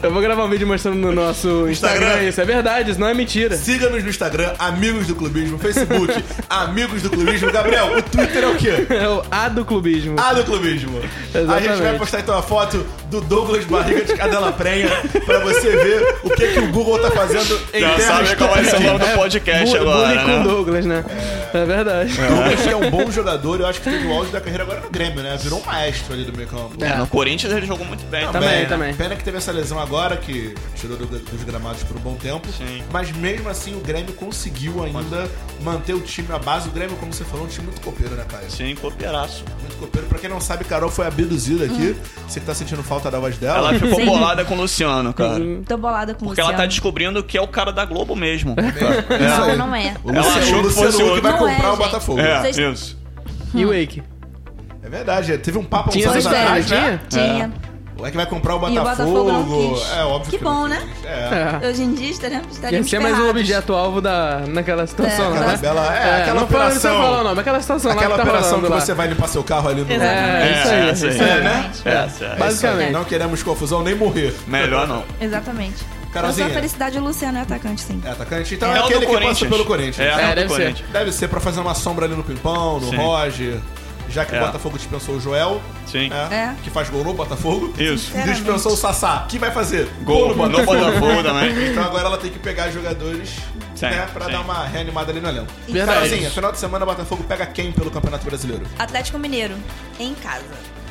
S4: Eu vou gravar um vídeo mostrando no nosso Instagram.
S3: Instagram.
S4: Isso é verdade, isso não é mentira.
S3: Siga-nos no Instagram, Amigos do Clubismo, Facebook, Amigos do Clubismo. Gabriel, o Twitter é o quê?
S4: É o A do clubismo.
S3: Ah, do clubismo. A gente vai
S4: Exatamente.
S3: postar então a foto do Douglas Barriga de Cadela Prenha pra você ver o que, que o Google tá fazendo em
S5: Já
S3: terras
S5: sabe qual vai ser o nome do podcast
S4: Bu- É, bullying
S5: agora,
S4: com
S5: né?
S4: Douglas, né? É verdade.
S3: Douglas que é um bom jogador, eu acho que teve o auge da carreira agora no Grêmio, né? Virou um maestro ali do meio campo.
S5: É, no Corinthians ele jogou muito bem
S4: Também,
S5: também.
S3: né?
S4: também.
S3: Pena que teve essa lesão agora, que tirou do- dos gramados por um bom tempo.
S5: Sim.
S3: Mas mesmo assim, o Grêmio conseguiu ainda manter o time à base. O Grêmio, como você falou, é um time muito copeiro, né, Caio?
S5: Sim, cooperaço.
S3: Muito copeiro. Pra quem não sabe, Carol foi abduzida aqui.
S6: Hum.
S3: Você que tá sentindo falta da voz dela. É.
S5: Ela ficou
S6: Sim.
S5: bolada com o Luciano, cara.
S4: Ah,
S6: Tô bolada com o
S5: Porque
S6: Luciano.
S5: ela tá descobrindo que é o cara da Globo
S4: É.
S5: mesmo.
S3: Isso aí.
S6: Não, não é.
S3: O
S5: Ela
S3: Luciano,
S5: achou
S3: o
S5: que
S3: Luciano
S5: fosse
S3: Huck
S5: outro.
S3: vai
S6: Não
S3: comprar
S6: é,
S3: o
S6: gente.
S3: Botafogo. É,
S5: É,
S6: Vocês-
S5: isso.
S4: E o Wake?
S3: verdade. é. Teve um papo
S4: Tinha
S3: uns anos
S4: essa história,
S3: atrás, né?
S4: tinha?
S6: Tinha.
S3: O é que vai comprar o
S6: E o
S3: Botafogo.
S6: Botafogo não quis.
S3: É óbvio.
S6: Que bom, né?
S3: não quis. É.
S4: É.
S6: Hoje em dia estaremos,
S4: Ia
S6: estaremos
S4: ser mais um
S6: ferrados.
S4: objeto-alvo da... naquela situação,
S6: É,
S4: né?
S3: Aquela bela. É, aquela
S4: não fala- não precisa
S3: operação.
S4: falar o nome, aquela situação lá
S3: aquela
S4: que tá
S3: operação que
S4: rolando lá.
S3: você vai limpar seu carro ali no.
S6: Exatamente.
S4: É, isso aí,
S5: isso aí.
S4: isso aí.
S3: É, né?
S5: Essa, essa.
S4: Basicamente.
S3: Não queremos confusão nem morrer.
S5: é. Melhor não.
S4: É, né?
S6: Exatamente.
S3: Carolzinha.
S6: Eu sou a felicidade, o Luciano é atacante, sim.
S3: É atacante? Então
S5: É
S3: é,
S5: o
S3: aquele
S5: do
S3: que passa
S5: Corinthians.
S3: pelo Corinthians.
S5: É, é o do
S4: deve ser.
S5: Corinthians.
S3: Deve ser pra fazer uma sombra ali no Pimpão, no
S5: Sim.
S3: Roger. Já que
S5: É.
S3: o Botafogo dispensou o Joel,
S5: Sim.
S3: né,
S6: É.
S3: que faz gol no Botafogo.
S5: Isso.
S6: Sinceramente.
S3: Dispensou o Sassá, que vai fazer
S5: Gol no Botafogo também.
S3: Então agora ela tem que pegar jogadores
S5: Sim,
S3: né, pra
S5: sim. É
S3: dar uma reanimada ali no elenco.
S4: Verdade.
S3: Carolzinha, final de semana o Botafogo pega quem pelo Campeonato Brasileiro?
S6: Atlético Mineiro, em casa.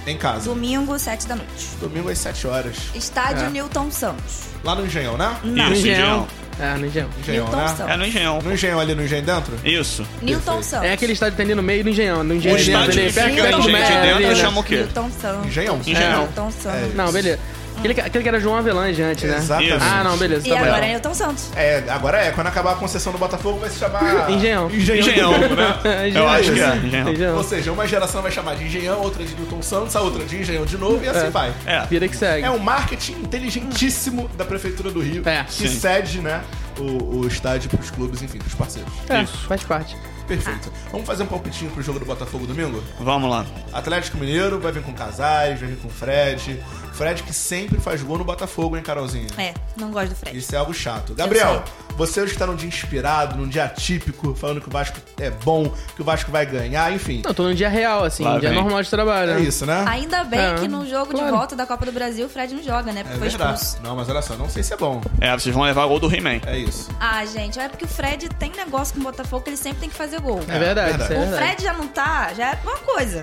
S3: Em casa.
S6: Domingo, 7 da noite.
S3: Domingo às 7 horas.
S4: É.
S6: Estádio Newton Santos.
S3: Lá no Engenhão, né?
S5: Isso,
S4: Engenhão.
S5: Engenhão.
S4: É, no Engenhão.
S3: Engenhão,
S6: Newton
S3: né?
S6: Santos.
S5: É no Engenhão.
S3: No engenhão ali, no engenho dentro?
S5: Isso.
S6: Newton Santos.
S4: É aquele estádio que tem ali no meio do Engenhão. No Engenhão
S5: O estádio
S4: ali, né?
S5: que
S4: perto,
S5: fica
S4: perto
S5: no
S4: do
S5: gente
S4: Mé,
S5: dentro
S4: ali, né?
S5: chama o quê?
S6: Newton Santos.
S3: Engenhão.
S4: É.
S5: Engenhão.
S6: Newton Santos.
S3: É,
S4: Não, beleza. Aquele, que- aquele que era João Avelange antes, né?
S3: Exatamente.
S5: Isso.
S4: Ah, não, beleza.
S6: E
S4: tá bom.
S6: agora é Newton Santos.
S3: É, agora é. Quando acabar a concessão do Botafogo, vai se chamar...
S4: Engenhão.
S3: Engenhão.
S5: Engenhão, né?
S4: Engenhão.
S5: Eu acho que é. Engenhão.
S3: Ou
S4: Engenhão.
S3: seja, uma geração vai chamar de engenhão, outra de Newton Santos, a outra de engenhão de novo e assim
S4: É.
S3: vai.
S5: É.
S4: Vida que segue.
S3: É um marketing inteligentíssimo da Prefeitura do Rio,
S4: É,
S3: que
S5: sim.
S3: cede, né, o, o estádio pros clubes, enfim, pros parceiros.
S4: É,
S5: Isso.
S4: faz parte.
S3: Perfeito. Vamos fazer um palpitinho pro jogo do Botafogo domingo?
S5: Vamos lá.
S3: Atlético Mineiro vai vir com Casares, vai vir com Fred. Fred que sempre faz gol no Botafogo, hein, Carolzinha?
S6: É, não gosto do Fred.
S3: Isso é algo chato. Gabriel, você hoje tá num dia inspirado, num dia atípico, falando que o Vasco é bom, que o Vasco vai ganhar, enfim.
S4: Não, tô num dia real, assim,
S5: Lá
S4: um dia
S5: vem.
S4: normal de trabalho.
S3: É
S4: né?
S3: isso, né?
S6: Ainda bem
S4: É,
S6: que no jogo
S4: claro.
S6: de volta da Copa do Brasil o Fred não joga, né? Porque
S3: É
S6: foi
S3: verdade.
S6: expulso.
S3: Não, mas olha só, não sei se é bom.
S5: É, vocês vão levar o gol do He-Man.
S3: É isso.
S6: Ah, gente, é porque o Fred tem negócio com o Botafogo que ele sempre tem que fazer gol.
S4: É verdade,
S3: verdade.
S4: isso é
S6: o
S4: verdade.
S6: Fred já não tá, já é uma coisa.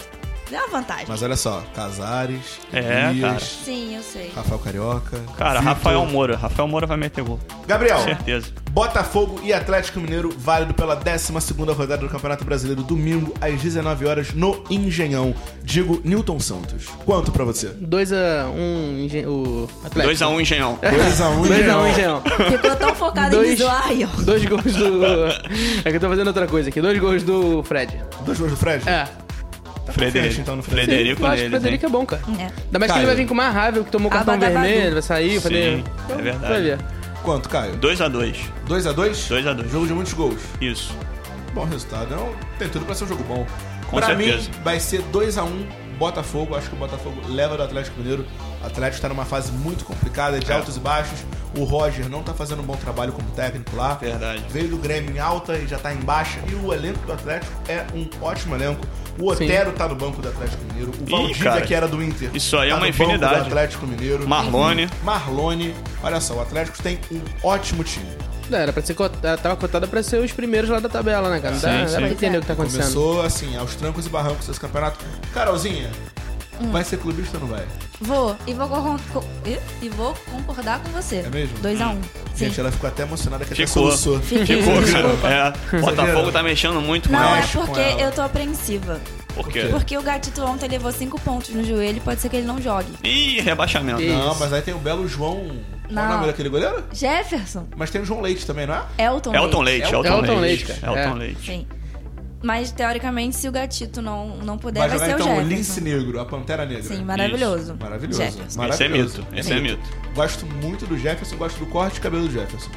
S6: Já é uma vantagem.
S3: Mas olha só, Casares,
S5: É,
S3: Elias,
S6: Sim, eu sei.
S3: Rafael Carioca.
S5: Cara,
S3: Vitor.
S5: Rafael Moura. Rafael Moura vai meter gol.
S3: Gabriel,
S5: Certeza.
S3: Botafogo e Atlético Mineiro, válido pela 12 rodada do Campeonato Brasileiro, domingo, às 19 horas no Engenhão. Digo, Newton Santos. Quanto pra você?
S4: 2x1 um, engen- o Atlético.
S5: 2x1 Engenhão.
S3: 2x1,
S4: 2x1 Engenhão.
S6: Ficou tão focado em
S4: Dois.
S6: visual aí, ó.
S4: Dois gols do. É que eu tô fazendo outra coisa aqui. Dois gols do Fred.
S3: Dois gols do Fred?
S4: É.
S5: Frederico.
S3: Fecha, então, no Frederico.
S5: Frederico
S4: eu acho que o
S5: neles,
S4: Frederico
S5: hein?
S4: é bom, cara.
S6: É.
S4: Ainda mais que
S3: Caio.
S4: ele vai vir com mais raiva, que tomou cartão
S6: Abadabadu.
S4: vermelho, vai sair, fazer.
S5: Sim, é verdade.
S4: Vai ver.
S3: Quanto, Caio?
S5: 2x2.
S3: 2x2?
S5: 2x2.
S3: Jogo de muitos gols.
S5: Isso.
S3: Bom resultado. Não, tem tudo pra ser um jogo bom.
S5: Com
S3: pra
S5: certeza.
S3: mim, vai ser 2x1 Botafogo. Acho que o Botafogo leva do Atlético Mineiro. O Atlético tá numa fase muito complicada, de
S5: É.
S3: altos e baixos. O Roger não tá fazendo um bom trabalho como técnico lá.
S5: Verdade.
S3: Veio do Grêmio em alta e já tá em baixa. E o elenco do Atlético é um ótimo elenco. O
S4: Sim.
S3: Otero tá no banco do Atlético Mineiro. O Valdívia,
S5: cara,
S3: que era do Inter.
S5: isso aí é
S3: tá
S5: uma
S3: no banco
S5: infinidade.
S3: do Atlético Mineiro.
S5: Marlone.
S3: Marlone. Olha só, o Atlético tem um ótimo time.
S4: É, Era pra ser. cot- ela Tava cotada pra ser os primeiros lá da tabela, né, cara? Não dá,
S5: Sim,
S4: dá pra
S5: sim.
S4: entender o que tá acontecendo.
S3: Começou assim, aos trancos e barrancos esse campeonato. Carolzinha,
S6: Hum.
S3: vai ser clubista ou não vai?
S6: Vou. E vou, con- co- e- e vou concordar com você.
S3: É mesmo?
S6: 2x1. Sim.
S3: Gente, ela ficou até emocionada que até
S5: Ficou.
S3: soluçou.
S5: Ficou, cara. É. Botafogo tá mexendo muito com
S6: Não, é
S5: elas.
S3: Mexe com
S6: porque
S3: ela. É.
S6: eu tô apreensiva.
S5: Por quê?
S6: Porque o Gatito ontem levou 5 pontos no joelho, pode ser que ele não jogue.
S5: Ih, rebaixamento.
S4: Ih.
S3: Não,
S4: Isso.
S3: mas aí tem o belo João. Qual o
S6: Não.
S3: nome daquele goleiro?
S6: Jefferson,
S3: Mas tem o João Leite também, não é?
S6: Elton
S5: Elton
S6: Leite.
S5: Leite.
S3: Elton-
S5: Elton,
S4: Elton
S5: Leite.
S4: Leite, cara.
S5: Elton
S4: É.
S5: Leite.
S6: Sim. Mas, teoricamente, se o Gatito não, não puder,
S3: vai
S6: vai,
S3: jogar
S6: ser
S3: então o
S6: o
S3: Lince
S6: Jefferson.
S3: Negro, a Pantera Negra.
S6: Sim, maravilhoso.
S3: Maravilhoso.
S6: Jefferson.
S5: Esse é
S3: Maravilhoso.
S5: mito. Esse é mito.
S3: Gosto muito do Jefferson, gosto do corte de cabelo do Jefferson.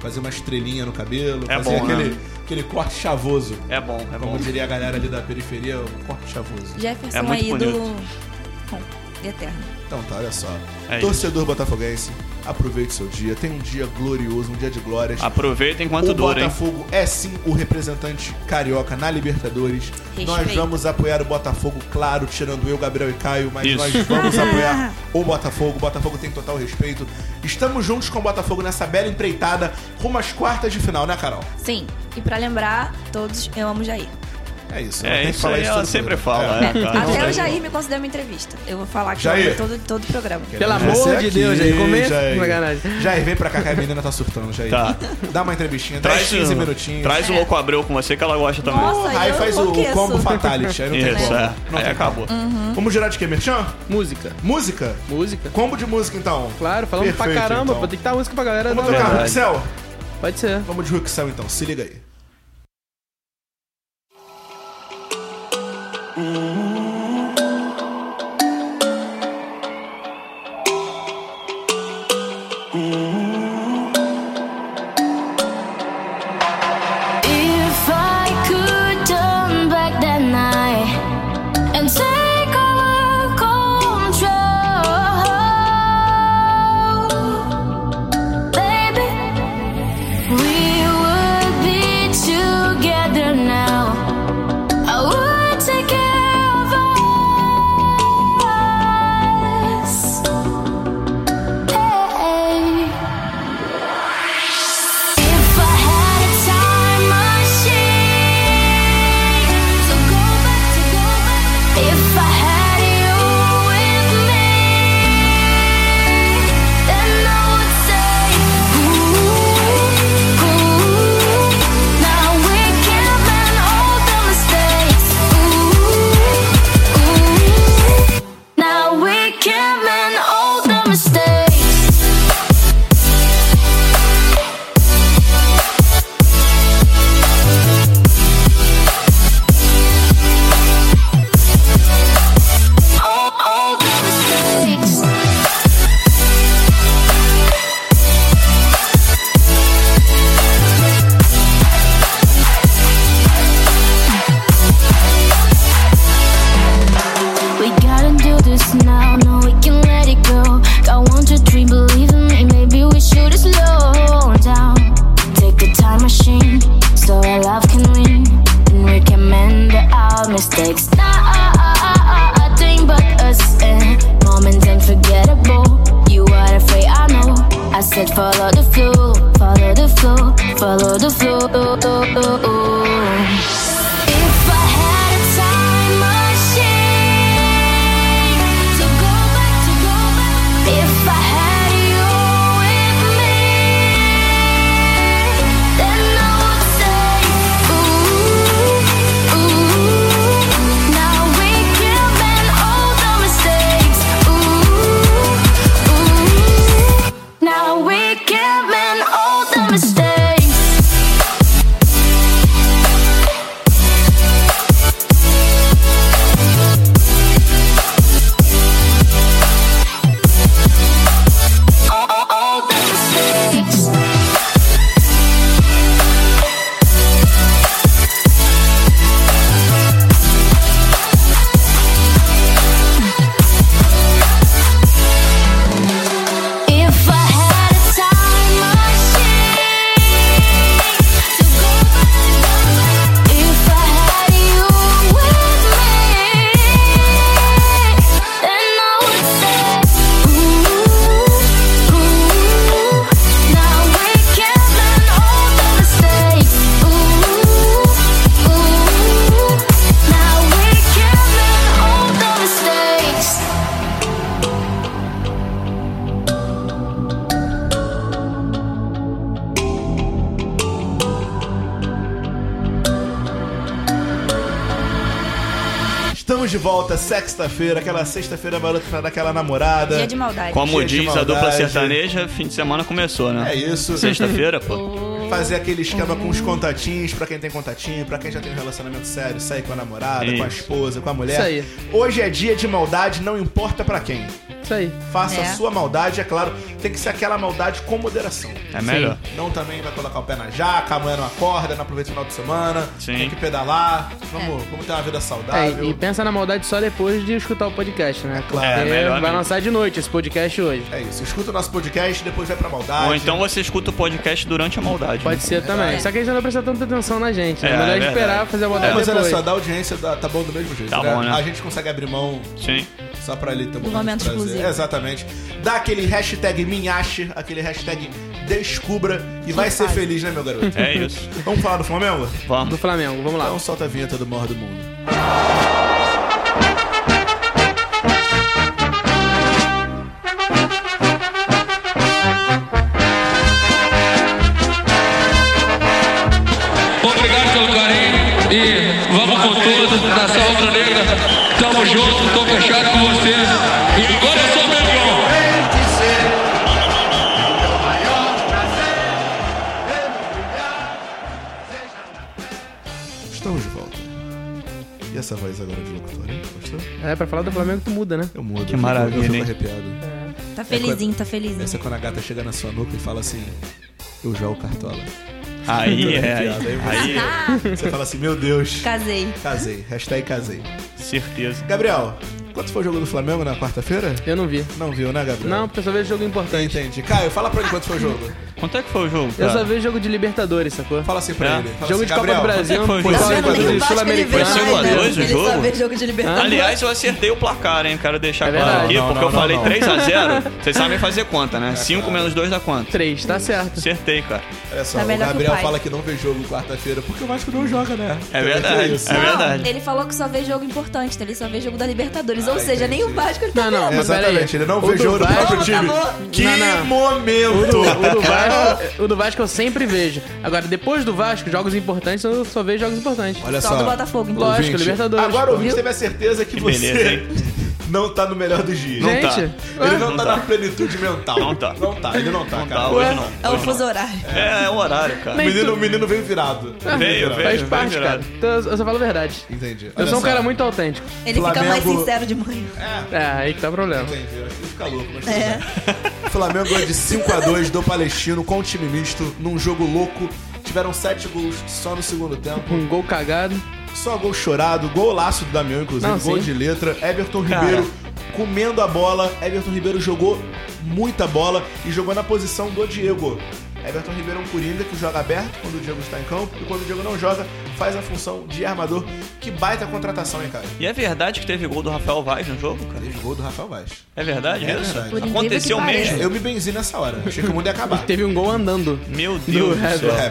S3: Fazer uma estrelinha no cabelo,
S5: É
S3: fazer
S5: bom,
S3: aquele,
S5: né?
S3: aquele corte chavoso.
S5: É bom, é
S3: Como
S5: bom.
S3: diria a galera ali da periferia, o corte chavoso.
S5: É
S6: Jefferson
S5: muito
S6: aí do...
S5: bonito.
S6: Bom, eterno.
S3: Então tá, olha só.
S5: É
S3: Torcedor botafoguense, aproveite seu dia. Tem um dia glorioso, um dia de glórias.
S5: Aproveita enquanto
S3: o
S5: dura, hein?
S3: Botafogo é sim o representante carioca na Libertadores.
S6: Respeito.
S3: Nós vamos apoiar o Botafogo, claro, tirando eu, Gabriel e Caio, mas
S5: Isso.
S3: nós vamos apoiar o Botafogo. O Botafogo tem total respeito. Estamos juntos com o Botafogo nessa bela empreitada, rumo às quartas de final, né, Carol?
S6: Sim. E pra lembrar, todos, eu amo o Jair.
S3: É isso. ela tem
S5: É,
S3: que
S5: isso
S3: falar
S5: aí
S3: todo
S5: ela
S3: mundo.
S5: sempre
S3: É.
S5: fala. É, cara.
S6: Até o Jair me concedeu uma entrevista. Eu vou falar que
S3: Jair.
S6: eu amo todo, todo o programa.
S4: Pelo
S3: Você
S4: amor
S3: É. aqui, é.
S4: de Deus, Jair, começa.
S3: Jair.
S4: Sacanagem.
S3: Jair, vem pra cá que a menina tá surtando, Jair.
S5: Tá.
S3: Dá uma entrevistinha,
S5: Traz,
S3: traz 15
S5: o-
S3: minutinhos.
S5: traz o louco abreu com você que ela gosta também.
S6: Nossa,
S3: Aí
S6: eu
S3: faz o, o
S6: enlouqueço.
S3: combo fatality, aí não tem
S5: Isso,
S3: como.
S5: é.
S3: Não
S5: Aí
S3: tem
S5: acabou.
S3: como. Vamos girar de quê, Merchan?
S4: Música.
S3: Música?
S4: Música.
S3: Combo de música, então.
S4: Claro, falando pra
S3: Perfeito,
S4: caramba,
S3: então.
S4: pô. Tem que dar música pra galera
S3: Vamos
S4: da
S3: tocar
S5: Verdade.
S3: Ruxel?
S4: Pode ser.
S3: Vamos de Ruxel, então. Se liga aí.
S10: If I could turn back that night and take over control, baby, we would be together now. I would take care of us. Hey. eh. Follow the flow, follow the flow, follow the flow. If I had a time machine to go back, to go back. If I had you with me, then I would say, ooh, ooh. Now we can mend all the mistakes. Ooh, ooh. Now we can mend all the mistakes. All, all the mistakes. If I had a time machine to go back, to go back. If I had you with me, then I would say, ooh, ooh. Now we can mend all the mistakes. Ooh, ooh. Now we can mend all the mistakes.
S3: Estamos de volta, sexta-feira, aquela sexta-feira maluca pra dar aquela namorada.
S6: Dia de maldade.
S5: Como
S3: Cheio de
S5: diz a dupla
S3: maldade.
S5: sertaneja, fim de semana começou, né?
S3: É isso.
S5: Sexta-feira, pô.
S3: Fazer aquele esquema com os contatinhos, pra quem tem contatinho, pra quem já tem um relacionamento sério, sair com a namorada, com a
S5: Isso.
S3: esposa, com a mulher.
S4: Isso aí.
S3: Hoje é dia de maldade, não importa pra quem.
S4: Isso aí.
S3: Faça
S6: É.
S3: a sua maldade, é claro, tem que ser aquela maldade com moderação.
S5: É melhor.
S3: Não também vai colocar o pé na jaca, amanhã não acorda, não aproveita o final de semana,
S5: Sim.
S3: tem que pedalar, vamos,
S6: É.
S3: vamos ter uma vida saudável.
S4: É, e pensa na maldade só depois de escutar o podcast, né?
S3: claro. É,
S4: Porque
S5: melhor
S4: vai
S5: mesmo.
S4: lançar de noite esse podcast hoje.
S3: É isso, escuta o nosso podcast, depois vai pra maldade.
S5: Ou então você escuta o podcast durante a maldade.
S4: Pode ser também. Só que a gente não vai prestar tanta atenção na gente. Né?
S5: É,
S4: melhor
S5: é
S4: esperar
S5: verdade.
S4: fazer a
S3: É,
S4: maldade
S3: mas olha
S4: depois.
S3: só, da audiência dá- tá bom do mesmo jeito.
S5: Tá bom, né?
S3: A gente consegue abrir mão
S5: Sim.
S3: só pra ele também.
S6: Do Um momento exclusivo.
S3: Exatamente. Dá aquele hashtag minhache, aquele hashtag descubra e vai ser feliz, né, meu garoto?
S5: É isso.
S3: Vamos falar do Flamengo?
S4: Do
S5: Vamos.
S4: Flamengo, vamos lá.
S3: Então solta a vinheta do maior do mundo.
S9: Obrigado pelo carinho e vamos com tudo, nação rubro-negra. Tamo junto, tô fechado com você. E agora eu sou Mengão.
S3: Estamos de volta. E essa voz agora de locutor, hein? Gostou?
S4: É, pra falar do Flamengo tu muda, né?
S3: então. Eu mudo.
S5: Que
S3: eu fico-
S5: maravilha,
S3: Eu fico
S5: hein?
S3: arrepiado.
S6: Tá felizinho, tá felizinho.
S3: Essa é quando a gata chega na sua nuca e fala assim... Eu já o cartola.
S5: Aí é. Aí, aí é.
S3: Você fala assim, meu Deus,
S6: Casei.
S3: casei. Hashtag casei.
S5: Certeza.
S3: Gabriel, quanto foi o jogo do Flamengo na quarta-feira?
S4: Eu não vi.
S3: Não viu, né, Gabriel?
S4: Não, porque eu só vejo jogo
S3: Tá,
S4: importante.
S3: entendi. Caio, fala pra ele quanto foi o jogo.
S5: Quanto é que foi o jogo?
S4: Eu só
S5: cara?
S4: vejo jogo de Libertadores, sacou?
S3: Tá. Fala assim pra
S5: É.
S3: ele. Fala
S4: jogo
S3: assim,
S4: de Copa
S3: Gabriel,
S4: do Brasil,
S5: quanto é que foi o
S4: Copa
S6: Tá
S5: jogo?
S3: Foi
S4: do Brasil,
S3: cinco a
S5: Foi
S4: Sul-Americano.
S6: né?
S5: cinco a dois o é jogo?
S6: jogo de Libertadores.
S5: Aliás, eu acertei o placar, hein? Quero deixar
S4: É
S5: claro
S4: verdade.
S5: aqui,
S3: Não, não,
S5: porque eu
S3: não,
S5: falei
S3: não.
S5: 3x0. Vocês sabem fazer conta, né? 5 menos 2 dá quanto?
S4: 3, tá certo.
S5: Acertei, cara.
S3: Olha só,
S6: Tá
S3: o
S6: melhor que o
S3: Gabriel
S6: pai.
S3: fala que não vê jogo quarta-feira porque o Vasco não joga, né?
S5: É
S3: Também tem
S5: verdade.
S4: Ah,
S3: isso.
S5: É
S6: Não,
S5: verdade.
S6: ele falou que só vê jogo importante, tá? ele só vê jogo da Libertadores. Ou
S3: Ah,
S6: seja,
S3: entendi.
S6: nem o Vasco ele tá
S4: Não, não,
S6: vendo.
S4: mas
S3: Exatamente,
S4: pera aí.
S3: ele não
S4: O
S3: vê
S4: do
S3: jogo do
S4: Vasco- tá
S3: próprio time.
S6: Acabou.
S3: Que
S4: Não, não. O
S3: momento!
S4: do, o do Vasco, o do Vasco eu sempre vejo. Agora, depois do Vasco, jogos importantes, eu só vejo jogos importantes.
S3: Olha
S6: Só
S3: só.
S6: do Botafogo, então.
S4: Lógico,
S3: Ouvinte,
S4: Libertadores.
S3: Agora o ouvinte
S4: Viu?
S3: teve a certeza que,
S5: Que
S3: você
S5: beleza, hein?
S3: não tá no melhor dos dias.
S5: Não tá.
S4: Gente,
S3: Ele
S4: ué,
S3: não,
S5: Não
S3: tá,
S5: tá.
S3: na plenitude mental.
S5: Não tá.
S3: Não tá, ele não tá,
S5: Não
S3: cara.
S5: dá, hoje não.
S6: É o
S5: Hoje não.
S6: fuso horário.
S5: É, é o horário,
S3: O
S5: cara.
S3: menino, o menino veio virado.
S5: Veio, veio.
S4: faz
S5: bem
S4: parte,
S5: virado.
S4: cara. Então, eu só falo a verdade.
S3: Entendi.
S4: eu
S3: Olha
S4: sou um
S3: só.
S4: cara muito autêntico.
S6: Ele fica mais
S3: Flamengo-
S6: sincero de manhã. É.
S4: É, aí que tá o problema.
S3: Entendi, acho que fica louco, É, mas tudo bem. Flamengo é de 5x2 do Palestino com um time misto, num jogo louco. Tiveram 7 gols só no segundo tempo.
S4: Um gol cagado.
S3: Só gol chorado, gol laço do Damião, inclusive,
S4: Não,
S3: gol
S4: sim.
S3: de letra. Everton
S5: Cara.
S3: Ribeiro comendo a bola. Everton Ribeiro jogou muita bola e jogou na posição do Diego. Everton Ribeiro é um coringa que joga aberto quando o Diego está em campo e quando o Diego não joga, faz a função de armador. Que baita contratação, hein, cara?
S5: E é verdade que teve gol do Rafael Vaz no jogo, cara?
S3: Teve gol do Rafael Vaz.
S5: É verdade
S3: É
S5: isso?
S3: verdade. Por
S6: incrível
S5: Aconteceu
S6: que pareça.
S5: mesmo.
S3: Eu me benzi nessa hora. Achei que o mundo ia acabar.
S4: Teve um gol andando.
S5: Meu Deus do
S4: Everton.
S5: céu.
S3: É,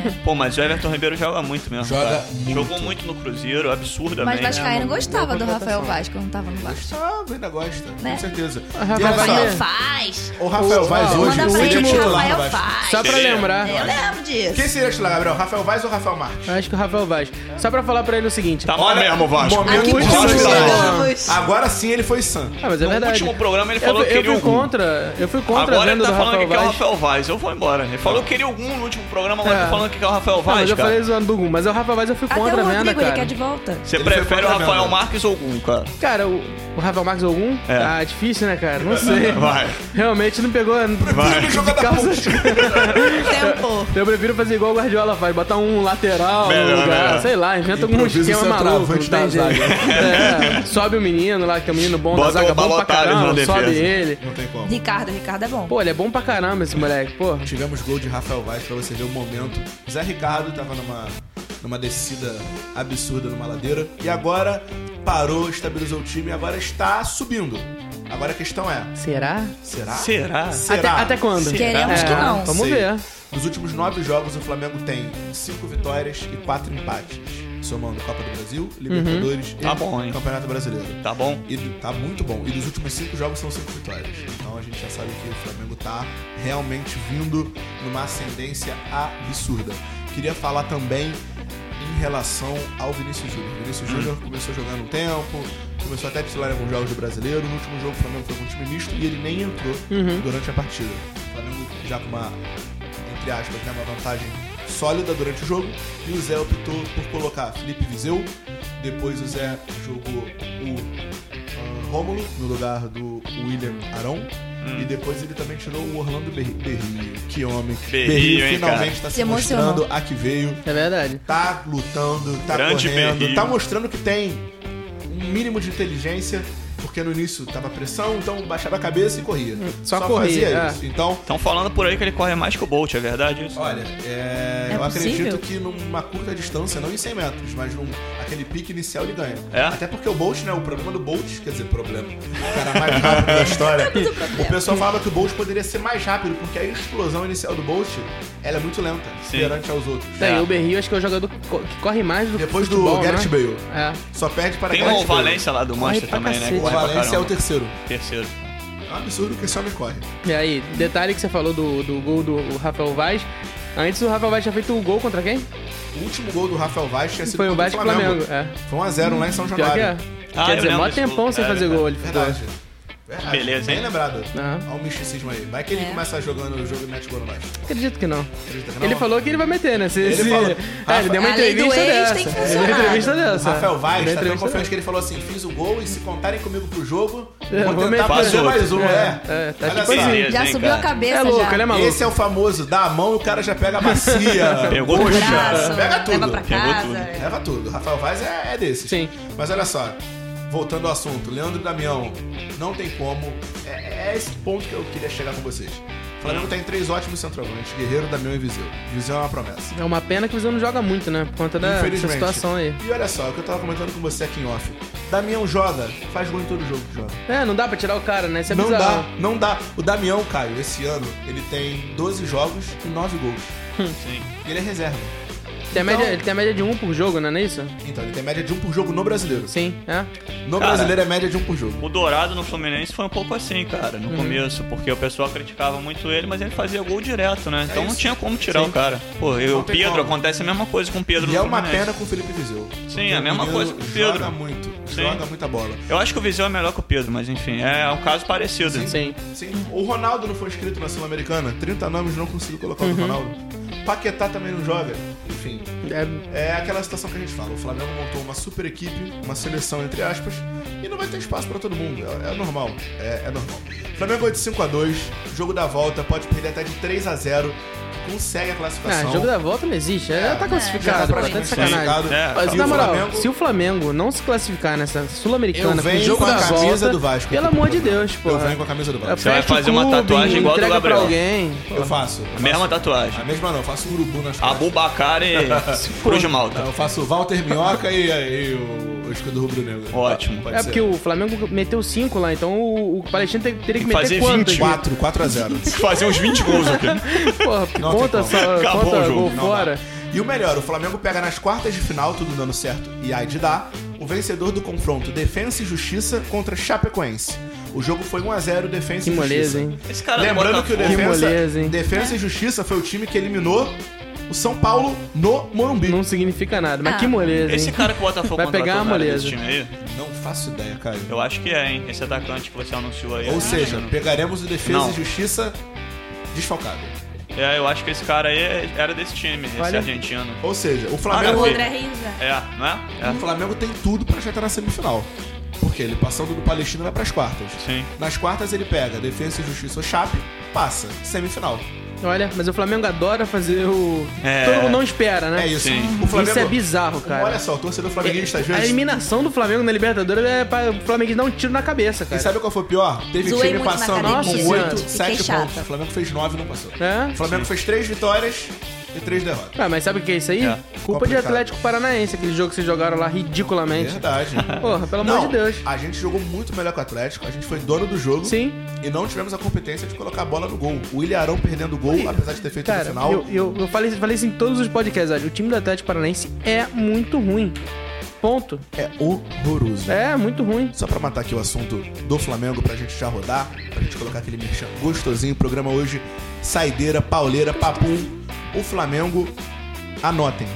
S3: velho.
S5: Pô, mas o Everton Ribeiro joga muito mesmo.
S3: Joga
S5: cara.
S3: muito.
S5: Jogou muito no Cruzeiro, absurdamente.
S11: Mas Vascaíno
S3: uma boa
S11: gostava do Rafael
S3: contratação.
S11: Vaz quando tava no Vasco.
S3: Ah, ainda gosta, com
S11: Né?
S3: certeza. E
S4: Ah, Rafael
S3: olha
S4: Vaz
S11: Rafael
S3: só,
S11: faz!
S3: o Rafael Vaz
S4: Manda
S3: hoje
S11: Manda pra
S3: seria
S11: gente,
S3: titular do
S11: Rafael
S3: Vasco.
S11: faz!
S4: Só pra
S5: Seria.
S4: lembrar,
S11: Eu lembro disso.
S3: Quem seria titular, Gabriel? Rafael Vaz ou Rafael Marques?
S4: eu acho que o Rafael Vaz. Só pra falar pra ele o seguinte.
S5: Tá mal mesmo, Vasco.
S3: Momento
S4: Aqui
S3: Vasco.
S6: estamos.
S3: Agora sim ele foi sã.
S4: Ah, mas é
S5: No
S4: verdade.
S5: último programa ele
S4: Eu
S5: falou
S4: fui-
S5: que
S4: eu,
S5: queria
S4: fui
S5: o gol.
S4: contra, eu fui contra a
S5: Agora ele
S4: venda
S5: tá
S4: do
S5: falando que
S4: Rafael
S5: quer o
S4: Vaz.
S5: Rafael Vaz. Eu vou embora. Ele falou que queria o Gum no último programa, agora
S4: É.
S5: tá falando que quer o Rafael
S4: Não, mas
S5: Vaz,
S4: eu
S5: cara.
S4: falei zoando do Gum, mas é o Rafael Vaz eu fui
S6: Até
S4: contra
S6: o
S4: a venda,
S6: Rodrigo, ele
S4: cara.
S6: quer de volta.
S5: Você
S3: Ele foi
S5: prefere o
S3: contra a
S5: Rafael
S3: venda.
S5: Marques ou o Gum, cara?
S4: Cara, o, o Rafael Marques ou algum?
S5: É.
S4: Ah, difícil, né, cara? Não sei.
S5: Vai.
S4: Realmente não pegou.
S3: Ele joga da
S4: Calça-
S3: ponte.
S6: Tempo.
S4: Eu prefiro fazer igual o Guardiola faz, botar um lateral,
S5: Melhor,
S4: no lugar,
S5: melhor.
S4: sei lá, inventa algum
S3: Improvisa
S4: esquema
S3: o
S4: maluco, não
S3: centroavante
S4: tem
S3: da zaga.
S4: jeito. É, sobe o menino lá, que é um menino bom
S5: Bota
S4: da zaga,
S5: o
S4: bom pra
S5: Balotelli na
S4: caramba,
S5: defesa.
S4: sobe ele.
S3: Não tem como.
S6: Ricardo, Ricardo é bom.
S4: Pô, ele é bom pra caramba esse moleque, pô.
S3: Tivemos gol de Rafael Vaz pra você ver o momento. Zé Ricardo tava numa, numa descida absurda numa ladeira. E agora parou, estabilizou o time e agora está subindo. Agora a questão é:
S4: Será?
S3: será?
S5: Será?
S4: Até,
S3: Será?
S4: até quando? É,
S6: Queremos que não.
S4: Vamos
S3: Sei.
S4: ver.
S3: Nos últimos nove jogos, o Flamengo tem cinco vitórias e quatro empates. Somando Copa do Brasil,
S4: Uhum.
S3: Libertadores
S5: Tá
S3: e
S5: bom, hein?
S3: Campeonato Brasileiro.
S5: Tá bom.
S3: E do- tá muito bom. E dos últimos cinco jogos são cinco vitórias. Então a gente já sabe que o Flamengo tá realmente vindo numa ascendência absurda. Queria falar também em relação ao Vinícius Júnior. Vinícius Júnior começou jogando um tempo, começou até a titular em alguns jogos do brasileiro. No último jogo o Flamengo foi com um time misto e ele nem entrou durante a partida. O Flamengo já com uma, entre aspas, né, uma vantagem sólida durante o jogo. E o Zé optou por colocar Felipe Viseu. Depois o Zé jogou o ah, Rômulo no lugar do William Arão.
S5: Hum.
S3: E depois ele também tirou o Orlando Berri- Berrio. Que homem.
S5: Berrio, hein,
S3: finalmente
S5: cara?
S3: está se
S11: Se emocionou.
S3: mostrando a que veio.
S4: É verdade.
S3: Tá lutando, tá
S5: Grande
S3: correndo,
S5: Berrio.
S3: tá mostrando que tem um mínimo de inteligência. Porque no início tava pressão, então baixava a cabeça e corria.
S4: Hum, só corria,
S3: fazia
S4: é.
S3: isso. Então,
S5: Estão falando por aí que ele corre mais que o Bolt, é verdade isso?
S3: olha, é,
S11: É
S3: eu
S11: possível?
S3: acredito que numa curta distância, não em 100 metros, mas num aquele pique inicial ele ganha.
S5: É?
S3: Até porque o Bolt, né? O problema do Bolt, quer dizer, problema. O cara é mais rápido da história.
S4: é
S3: O pessoal falava que o Bolt poderia ser mais rápido, porque a explosão inicial do Bolt ela é muito lenta
S5: Sim.
S3: perante aos outros.
S4: Daí o Berrio acho que é o jogador que co- que corre mais do
S3: Depois do
S4: futebol,
S3: Gareth
S4: né?
S3: Bale.
S4: É.
S3: Só perde para
S5: Tem
S3: Gareth
S5: o
S3: Bale.
S5: Valência lá do Manchester
S4: pra
S5: também, né?
S3: O
S4: cacete.
S5: Corre pra
S3: Valência é o
S5: caramba.
S3: terceiro.
S5: terceiro.
S3: É um absurdo que esse homem corre.
S4: E aí, detalhe que você falou do, do gol do Rafael Vaz. Antes o Rafael Vaz tinha feito o gol contra quem?
S3: O último gol do Rafael Vaz tinha sido
S4: Foi o
S3: contra
S4: Vasco e Flamengo. É.
S3: Foi 1x0 lá em São
S4: Pior que
S3: Januário.
S4: é.
S5: Ah, eu
S4: Quer dizer,
S5: lembro
S4: mó
S5: desse gol.
S4: tempão sem
S5: É,
S4: fazer
S5: verdade.
S4: gol ele ficou.
S3: Verdade. Verdade.
S5: Beleza,
S3: Bem
S5: hein?
S3: lembrado.
S4: Aham.
S3: Olha o misticismo aí. Vai que ele começa jogando o jogo e mete gol no Vasco.
S4: Acredito que não.
S3: Acredita que não?
S4: Ele falou que ele vai meter, né? Se,
S3: Ele
S4: se-
S3: falou.
S4: É, ele
S3: Rafa-
S4: deu uma
S11: A lei do
S4: entrevista
S11: ex
S4: dessa.
S11: tem
S4: Ele deu uma
S11: funcionado.
S4: entrevista
S3: O
S4: dessa.
S3: Rafael Vaz tá tão
S4: Deu né? entrevista
S3: confiante que ele falou assim: fiz o gol e se contarem comigo pro jogo,
S4: É,
S3: vou
S4: vou
S3: tentar
S4: meter.
S3: fazer
S5: Faço
S3: mais um,
S5: outro.
S3: é.
S4: É, tá
S3: Olha
S4: tipo
S3: só.
S5: assim.
S11: Já
S5: Hein,
S11: subiu
S5: cara?
S11: a cabeça
S4: É louco,
S11: já.
S4: ele é maluco.
S3: Esse é o famoso, dá a mão e o cara já pega a bacia,
S5: Pegou no
S3: coxa,
S6: Braço,
S3: pega tudo.
S6: leva pra
S5: Pegou
S6: casa.
S5: tudo.
S6: é.
S3: Leva tudo. Rafael Vaz é, é desses.
S4: Sim.
S3: Mas olha só, voltando ao assunto, Leandro e Damião, não tem como. É, é esse ponto que eu queria chegar com vocês. O Flamengo tem três ótimos centroavantes, Guerreiro, Damião e Viseu. Viseu é uma promessa.
S4: É uma pena que o Viseu não joga muito, né? Por conta da dessa
S3: Infelizmente.
S4: situação aí.
S3: E olha só, o que eu tava comentando com você aqui em off. Damião joga, faz gol em todo jogo que joga.
S4: É, não dá pra tirar o cara, né? Isso é
S3: não
S4: bizarro.
S3: dá, não dá. O Damião, Caio, esse ano, ele tem 12 jogos e 9 gols.
S4: Hum.
S5: Sim.
S3: E ele é reserva.
S4: Tem a média-
S3: Então-
S4: ele tem a média de um por jogo, não é isso?
S3: Então, ele tem média de um por jogo no brasileiro.
S4: Sim, é.
S3: No
S5: Cara.
S3: brasileiro é média de um por jogo.
S5: O Dourado no Fluminense foi um pouco assim, cara,
S3: Uhum.
S5: no começo, porque o pessoal criticava muito ele, mas ele fazia gol direto, né? Então
S3: É
S5: não
S3: isso.
S5: tinha como tirar o cara. Pô, e
S3: Não
S5: o
S3: tem
S5: Pedro,
S3: como.
S5: acontece a mesma coisa com o Pedro
S3: E
S5: no
S3: é uma
S5: Fluminense.
S3: pena com o Felipe Viseu.
S5: Sim, é a mesma
S3: O menino
S5: coisa com o
S3: Joga
S5: Pedro.
S3: muito,
S5: Sim.
S3: joga muita bola.
S5: Eu acho que o Viseu é melhor que o Pedro, mas enfim, é um caso parecido.
S4: Sim.
S3: Sim. O Ronaldo não foi inscrito na Sul-Americana, 30 nomes não conseguiu colocar o do Ronaldo. Paquetá também não joga. Enfim,
S4: É,
S3: é aquela situação que a gente fala. O Flamengo montou uma super equipe, uma seleção entre aspas, e não vai ter espaço pra todo mundo. É, é normal, é, é normal. Flamengo é de 5 a 2 jogo da volta, pode perder até de 3 a 0 consegue a classificação.
S4: ah, jogo da volta não existe. É, tá
S3: Tá um. Já tá
S4: classificado, pô, tá de
S3: praticamente
S4: sacanagem.
S3: classificado.
S5: É,
S4: Mas,
S3: E
S4: tá. na
S3: o
S4: moral,
S3: Flamengo-
S4: se o Flamengo não se classificar nessa
S3: Eu
S4: Sul-Americana com o
S3: venho
S4: jogo
S3: com a
S4: da
S3: camisa
S4: volta,
S3: do Vasco.
S4: pelo amor de Deus, pô.
S3: Eu venho com a camisa do Vasco.
S5: Você vai fazer uma tatuagem igual a do
S4: entrega pra
S5: Gabriel.
S4: alguém.
S3: Eu faço. eu faço.
S5: Mesma
S3: A
S5: tatuagem.
S3: mesma não, eu faço faço um urubu nas costas.
S5: Abubacar e Cruz de Malta.
S3: Eu faço Walter Minhoca e, e o escudo rubro-negro.
S5: Ótimo.
S3: Pode
S4: É
S3: ser.
S4: porque o Flamengo meteu 5 lá, então o, o Palestino te- teria que
S5: Tem que
S4: meter
S5: fazer
S4: quantos?
S5: 20.
S3: 4, 4 a 0.
S5: Fazer uns 20 gols aqui.
S4: Porra,
S3: Não tem
S4: conta
S3: como.
S4: só,
S5: Acabou o
S4: conta
S5: jogo.
S4: gol
S5: Não
S4: fora.
S3: E o melhor, o Flamengo pega nas quartas de final, tudo dando certo, e ai de dar, o vencedor do confronto Defensa e Justiça contra Chapecoense. O jogo foi 1x0 Defensa
S4: Que
S3: e Justiça.
S4: moleza, hein?
S5: Esse cara do
S3: Lembrando que o
S5: Botafogo-
S4: Que moleza,
S3: Defensa,
S4: hein?
S3: Defensa e Justiça foi o time que eliminou o São Paulo no Morumbi.
S4: Não significa nada, mas
S6: Ah.
S4: que moleza, hein?
S5: Esse cara que o Botafogo
S4: Vai pegar
S5: contratou,
S4: a
S5: não era
S4: moleza.
S5: desse time aí?
S3: Não faço ideia, cara.
S5: Eu acho que é, hein? Esse atacante que você anunciou aí. É,
S3: Ou seja, pegaremos o Defensa
S5: Não.
S3: e Justiça desfalcado.
S5: É, eu acho que esse cara aí é- era desse time, esse
S4: Olha.
S5: argentino.
S3: Ou seja, o
S5: Ah,
S3: Flamengo,
S5: não,
S6: O
S5: Sim.
S6: outro é Rio Zé.
S5: É, não é?
S3: o
S5: É.
S3: Flamengo tem tudo pra já estar na semifinal. Porque ele passando do Palestino vai pras quartas.
S5: Sim.
S3: Nas quartas ele pega Defensa e Justiça ou Chape, passa, semifinal.
S4: Olha, mas o Flamengo adora fazer o.
S5: É.
S4: Todo mundo não espera, né?
S3: É isso.
S5: Sim.
S3: O Flamengo,
S4: Isso é bizarro, É, cara.
S3: Olha só, o torcedor flamenguista às
S4: A
S3: vezes...
S4: eliminação do Flamengo na Libertadores é pra o Flamengo dar um tiro na cabeça,
S3: E
S4: cara.
S3: sabe qual foi o pior? Teve
S6: Zoei
S3: time
S6: muito na
S3: passando
S6: academia,
S3: com
S4: gente.
S3: 8,
S6: Fiquei
S3: 7
S6: chata.
S3: pontos. O Flamengo fez 9 e não passou.
S4: É?
S3: O Flamengo fez 3 vitórias e 3 derrotas.
S4: Ah, mas sabe o que é isso aí?
S5: É.
S4: Culpa de
S3: Complicado.
S4: Atlético Paranaense, aquele jogo que vocês jogaram lá ridiculamente.
S3: Verdade.
S4: Porra, pelo amor
S3: É. Não,
S4: de Deus.
S3: A gente jogou muito melhor que o Atlético, a gente foi dono do jogo.
S4: Sim.
S3: E não tivemos a competência de colocar a bola no gol. O Willian Arão perdendo o gol, apesar de ter feito no
S4: Cara,
S3: final.
S4: eu, eu, eu falei, falei isso em todos os podcasts, olha, o time do Atlético Paranaense é muito ruim. Ponto.
S3: É horroroso.
S4: É, muito ruim.
S3: Só pra matar aqui o assunto do Flamengo, pra gente já rodar, pra gente colocar aquele merchan gostosinho. O programa hoje, saideira, pauleira, papum. O Flamengo, anotem,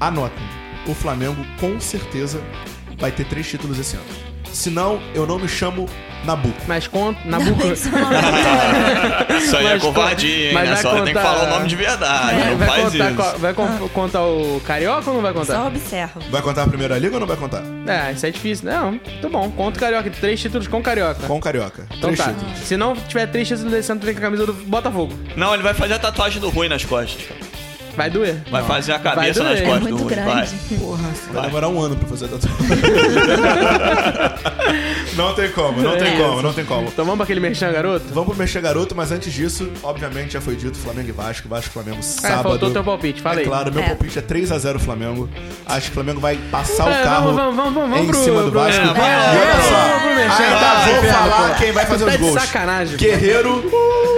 S3: anotem. O Flamengo, com certeza, vai ter três títulos esse ano. Se não, eu não me chamo Nabuco.
S4: Mas conta. Nabucco.
S6: Isso é uma-
S5: Isso aí
S4: Mas
S5: é covardia, hein?
S4: mas vai
S5: Nessa hora tem que
S4: contar- É,
S5: falar o nome de verdade.
S4: Vai,
S5: não
S4: vai
S5: faz
S4: contar,
S5: isso.
S4: co- vai con- contar o Carioca ou não vai
S6: Só
S4: contar?
S6: observa.
S3: Vai contar a primeira liga ou não vai contar?
S4: É, isso é difícil. Não, muito bom. Conta o Carioca. Três títulos com o Carioca.
S3: Com o Carioca.
S4: então
S3: três
S4: tá.
S3: títulos.
S4: Se não tiver três títulos desse ano, tu vem com a camisa do Botafogo.
S5: Não, ele vai fazer a tatuagem do Rui nas costas.
S4: Vai doer.
S5: Vai fazer a cabeça
S4: doer.
S5: nas
S4: É
S5: costas do
S11: muito
S5: Rui.
S11: grande.
S5: Vai.
S3: Vai demorar um ano pra fazer a tatuagem. não tem como, não
S4: É.
S3: tem como, não tem como.
S4: Então vamos pra aquele merchan, garoto?
S3: Vamos pro Mexer Garoto, mas antes disso, obviamente já foi dito Flamengo e Vasco, Vasco e Flamengo sábado.
S4: É, faltou teu palpite, fala
S3: É
S4: aí.
S3: claro, meu
S6: É.
S3: palpite é 3x0 Flamengo. Acho que o Flamengo vai passar
S4: É,
S3: o carro
S4: vamos, vamos, vamos, vamos
S3: em
S4: pro-
S3: cima do
S4: pro-
S3: Vasco.
S5: é, vai,
S3: e olha
S4: vai,
S3: só,
S4: vamos pro Mexer,
S3: ainda
S4: vai,
S3: vou
S4: inferno,
S3: falar
S4: pô.
S3: quem vai fazer
S4: Tá
S3: os
S4: de
S3: gols.
S4: sacanagem, pô.
S3: Guerreiro,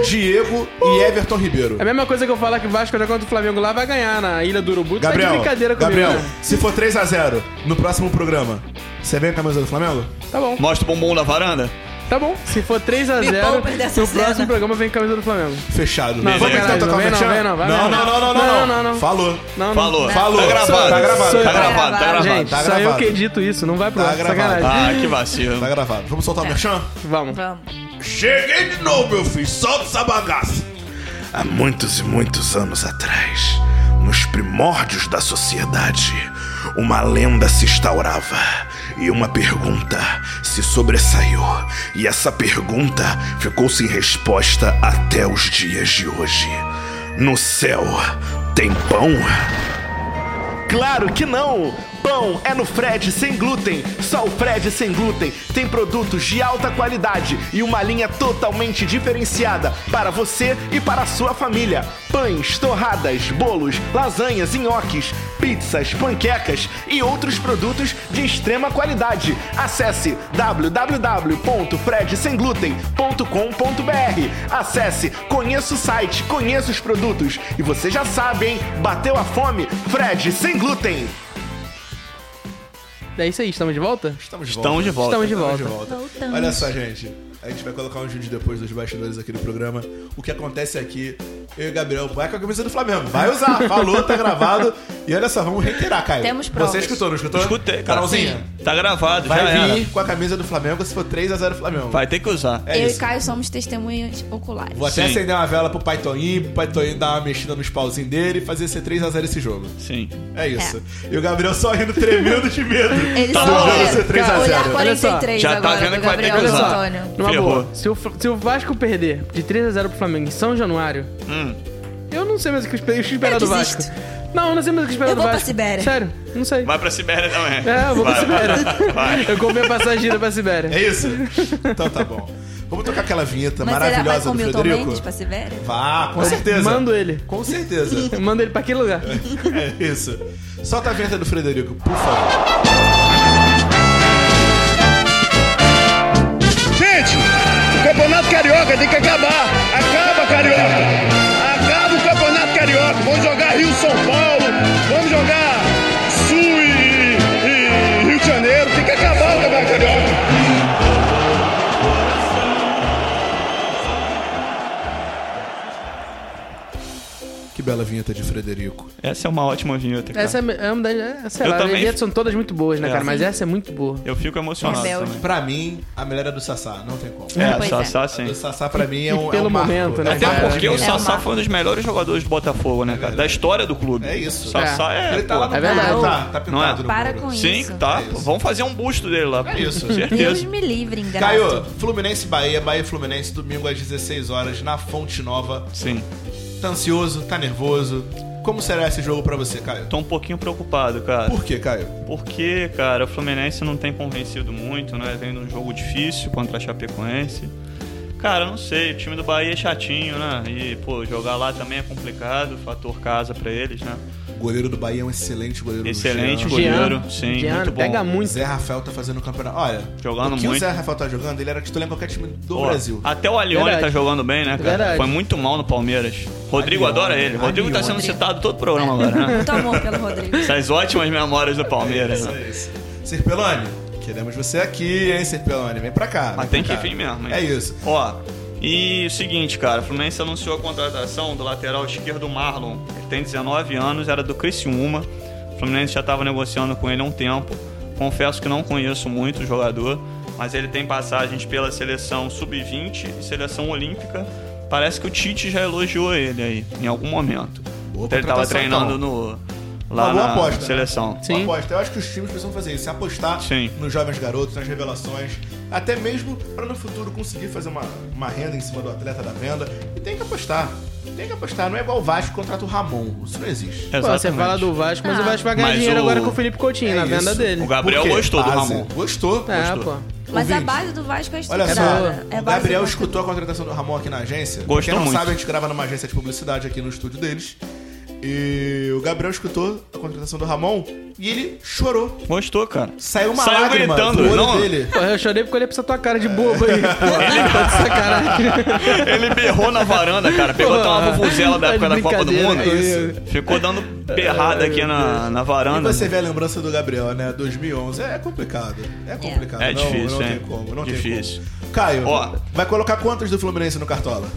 S3: Diego e Everton Ribeiro.
S4: É a mesma coisa que eu falar que o Vasco joga contra o Flamengo lá vai ganhar na Ilha do Urubu. Tu tá de
S3: Gabriel,
S4: brincadeira comigo.
S3: Gabriel,
S4: né?
S3: se for 3x0 no próximo programa, você vem com a camisa do Flamengo?
S4: Tá bom,
S5: Mostra o bumbum na varanda.
S4: tá bom. Se for
S6: Me
S4: 3x0,
S6: poupa dessa
S4: no
S6: cena.
S4: próximo programa vem camisa do Flamengo.
S3: Fechado.
S4: Não,
S3: Vamos
S5: vem
S3: então
S4: não,
S3: tocar o
S4: vem não,
S3: Merchan?
S4: vem não, vai
S3: não,
S4: não.
S3: não, não, não,
S4: Não,
S3: não,
S4: não, não.
S3: Falou.
S4: Não, não.
S5: Falou.
S3: Falou.
S5: Tá gravado.
S3: Tá gravado,
S5: Tá gravado, tá
S4: tá
S6: gravado.
S5: gravado.
S4: Gente,
S3: tá
S4: só eu
S3: gravado.
S4: que edito isso, não vai pro
S3: Tá
S4: ar.
S3: gravado.
S4: Sacanagem.
S5: Ah, que
S3: Tá
S5: vacilo.
S3: gravado. Vamos
S4: É.
S3: soltar o Merchan?
S4: Vamos.
S6: Vamos.
S3: Cheguei de novo, meu filho. Solta essa bagaça.
S7: Há muitos e muitos anos atrás, nos primórdios da sociedade, uma lenda se instaurava e uma pergunta se sobressaiu. E essa pergunta ficou sem resposta até os dias de hoje. No céu, tem pão? Claro que não! Pão é no Fred sem glúten. Só o Fred sem glúten tem produtos de alta qualidade e uma linha totalmente diferenciada para você e para a sua família. Pães, torradas, bolos, lasanhas, nhoques, pizzas, panquecas e outros produtos de extrema qualidade. Acesse www.fredsemgluten.com.br. Acesse, conheça o site, conheça os produtos e você já sabe, hein? Bateu a fome? Fred sem glúten.
S4: É isso aí, estamos de volta?
S3: Estamos de volta.
S5: Estamos de volta.
S4: Estamos de
S3: Estamos de
S4: volta.
S3: volta.
S11: Voltamos.
S3: Olha só, gente. A gente vai colocar um vídeo depois dos bastidores aqui do programa. O que acontece aqui, eu e Gabriel, vai com a camisa do Flamengo. Vai usar. Falou, tá gravado. E olha só, vamos reiterar, Caio.
S6: Temos provas.
S3: Você escutou, não escutou?
S5: Escutei, cara.
S3: Carolzinha,
S5: Tá gravado, já
S3: vai vir
S5: era.
S3: com a camisa do Flamengo se for 3x0 Flamengo.
S5: Vai ter que usar.
S3: É
S6: eu
S3: isso.
S6: e Caio somos testemunhas oculares.
S3: Vou até
S5: Sim.
S3: acender uma vela pro Pai Toninho, pro Pai Toninho dar uma mexida nos pauzinhos dele e fazer ser 3x0 esse jogo.
S5: Sim.
S3: É isso. E o Gabriel só rindo tremendo de medo.
S6: Ele
S5: Tá
S6: tá
S5: bom.
S3: Ser 3 a 0.
S6: olhar
S4: Olha só,
S6: 43
S5: já tá
S6: agora
S5: vendo
S6: do
S5: que vai ter que
S6: Gabriel e do
S5: usar.
S6: Antônio.
S4: Numa
S5: Ferrou.
S4: boa. Se o, Fl- se o Vasco perder de 3x0 pro Flamengo em São Januário,
S5: Hum.
S4: eu não sei mais o que espe- o que esperar
S6: Eu
S4: do Vasco.
S6: desisto.
S4: Não, eu não sei mais o que esperar
S6: Eu
S4: do
S6: vou
S4: Vasco.
S6: pra Sibéria.
S4: Sério, não sei.
S5: Vai pra Sibéria também.
S4: É, eu vou pra
S5: Vai, vai,
S4: Sibéria.
S5: Vai.
S4: Eu comprei a passagem pra Sibéria.
S3: É isso? Então tá bom. Vamos tocar aquela vinheta
S6: Mas ele vai
S3: maravilhosa
S6: com o
S3: do
S6: Milton
S3: Frederico?
S6: Mendes pra Sibéria?
S3: Vá, com certeza.
S4: Mando ele.
S3: Com certeza.
S4: Mando ele pra aquele lugar.
S3: É isso. Solta a vinheta do Frederico, por favor.
S1: Gente, o Campeonato Carioca tem que acabar. Acaba, Carioca. Acaba o Campeonato Carioca. Vamos jogar Rio-São Paulo. Vamos jogar Sul e, e Rio de Janeiro. Tem que acabar o Campeonato Carioca.
S3: Que bela vinheta de Frederico.
S5: Essa é uma ótima vinheta, cara.
S4: Essa é, é uma das. é, Sei
S5: Eu
S4: lá, as
S5: também-
S4: vinhetas são todas muito boas, né,
S5: É.
S4: cara? Mas essa é muito boa.
S5: Eu fico emocionado
S6: Rebelde.
S5: também.
S3: Pra mim, a melhor é do Sassá, não tem como.
S5: É,
S6: Pois é.
S5: Sassá
S3: A
S5: sim.
S3: do Sassá pra mim é um,
S4: Pelo
S3: é um marco.
S4: momento, né,
S3: Até
S5: Até
S4: cara?
S5: porque o
S6: É,
S5: Sassá
S6: Marcos.
S5: foi um dos melhores jogadores do Botafogo, né, cara? Da história do clube.
S3: É isso.
S5: Sassá é.
S3: Ele tá lá no
S4: É verdade.
S3: muro, tá, tá
S5: Não é?
S3: pintado no
S6: Para
S3: muro.
S6: com
S5: Sim,
S6: isso.
S5: tá.
S3: É isso.
S5: pô, Vamos fazer um busto dele lá.
S3: É isso.
S5: Com
S6: Deus
S5: certeza.
S6: me livre, ingrato.
S3: Caio, Fluminense e Bahia, Bahia e Fluminense, domingo às 16 horas na Fonte Nova.
S5: Sim.
S3: Tá ansioso, tá nervoso. Como será esse jogo pra você, Caio?
S5: Tô um pouquinho preocupado, cara.
S3: Por quê, Caio?
S5: Porque, cara, o Fluminense não tem convencido muito, né? Vem de um jogo difícil contra a Chapecoense. Cara, não sei, o time do Bahia é chatinho, né? E, pô, jogar lá também é complicado, fator casa pra eles, né?
S3: O goleiro do Bahia é um excelente goleiro do
S5: Excelente
S3: Jean.
S5: goleiro, sim,
S4: Jean,
S5: muito bom.
S4: pega muito.
S3: Zé Rafael tá fazendo o campeonato. Olha,
S5: Jogando
S3: o que o
S5: muito.
S3: Zé Rafael tá jogando, ele era titular em qualquer time do
S5: Pô,
S3: Brasil.
S5: Até o Alione
S4: Verdade.
S5: tá jogando bem, né, cara?
S4: Verdade.
S5: Foi muito mal no Palmeiras. Rodrigo
S3: Alione,
S5: adora ele. Rodrigo tá sendo
S3: Alione.
S5: citado todo o programa agora, né?
S6: Muito amor pelo Rodrigo.
S5: Essas ótimas memórias do Palmeiras,
S3: Isso
S5: né?
S3: é isso. Serpelone, queremos você aqui, hein, Serpelone? Vem pra cá.
S5: Mas
S3: vem
S5: tem
S3: pra
S5: que
S3: cá.
S5: vir mesmo, hein?
S3: É isso.
S5: Ó, e o seguinte, cara, o Fluminense anunciou a contratação do lateral esquerdo Marlon. Ele tem 19 anos, era do Criciúma. O Fluminense já estava negociando com ele há um tempo. Confesso que não conheço muito o jogador, mas ele tem passagens pela seleção sub-20 e seleção olímpica. Parece que o Tite já elogiou ele aí, em algum momento.
S3: Boa
S5: Então ele estava
S3: contratação,
S5: treinando
S3: então.
S5: no.
S3: Uma
S5: Lá
S3: boa
S5: na
S3: aposta, né?
S5: seleção.
S4: Sim.
S3: Uma aposta. Eu acho que os times precisam fazer isso, é apostar
S5: Sim.
S3: nos jovens garotos, nas revelações, até mesmo pra no futuro conseguir fazer uma, uma renda em cima do atleta da venda. E tem que apostar. Tem que apostar. Não é igual o Vasco contrata o Ramon. Isso não existe.
S4: Pô, você fala do Vasco, mas o Vasco vai ganhar
S5: Mas
S4: dinheiro
S5: o-
S4: agora com o Felipe Coutinho,
S3: É
S4: na
S3: isso.
S4: venda dele.
S5: O Gabriel
S3: Por quê?
S5: gostou do
S3: Base.
S5: Ramon.
S3: Gostou?
S4: É,
S3: gostou.
S4: pô.
S6: Mas a
S3: Ouvinte.
S6: base do Vasco é estudada.
S3: Olha só,
S6: é
S3: o
S6: base
S3: Gabriel
S6: do Vasco.
S3: escutou a contratação do Ramon aqui na agência.
S5: Gostou
S3: Quem não
S5: muito.
S3: sabe, a gente grava numa agência de publicidade aqui no estúdio deles. E o Gabriel escutou a contratação do Ramon e ele chorou.
S5: Gostou, cara.
S3: Saiu uma
S5: Saiu
S3: lágrima
S5: gritando,
S3: do olho
S5: não?
S3: dele.
S4: Pô, eu chorei porque eu olhei pra essa tua cara de bobo aí. tá de sacanagem.
S5: Ele berrou na varanda, cara. Pegou até uma vuvuzela da
S4: Tá de
S5: época da Copa do
S4: brincadeira
S5: Mundo.
S4: comigo.
S5: Ficou dando berrada aqui na, na
S3: E
S5: varanda.
S3: você vê a lembrança do Gabriel, né? 2011. É complicado. É complicado.
S5: É
S3: não,
S5: difícil,
S3: não tem
S5: hein?
S3: como, não
S5: Difícil.
S3: tem como. Caio,
S5: Ó.
S3: vai colocar quantas do Fluminense no Cartola?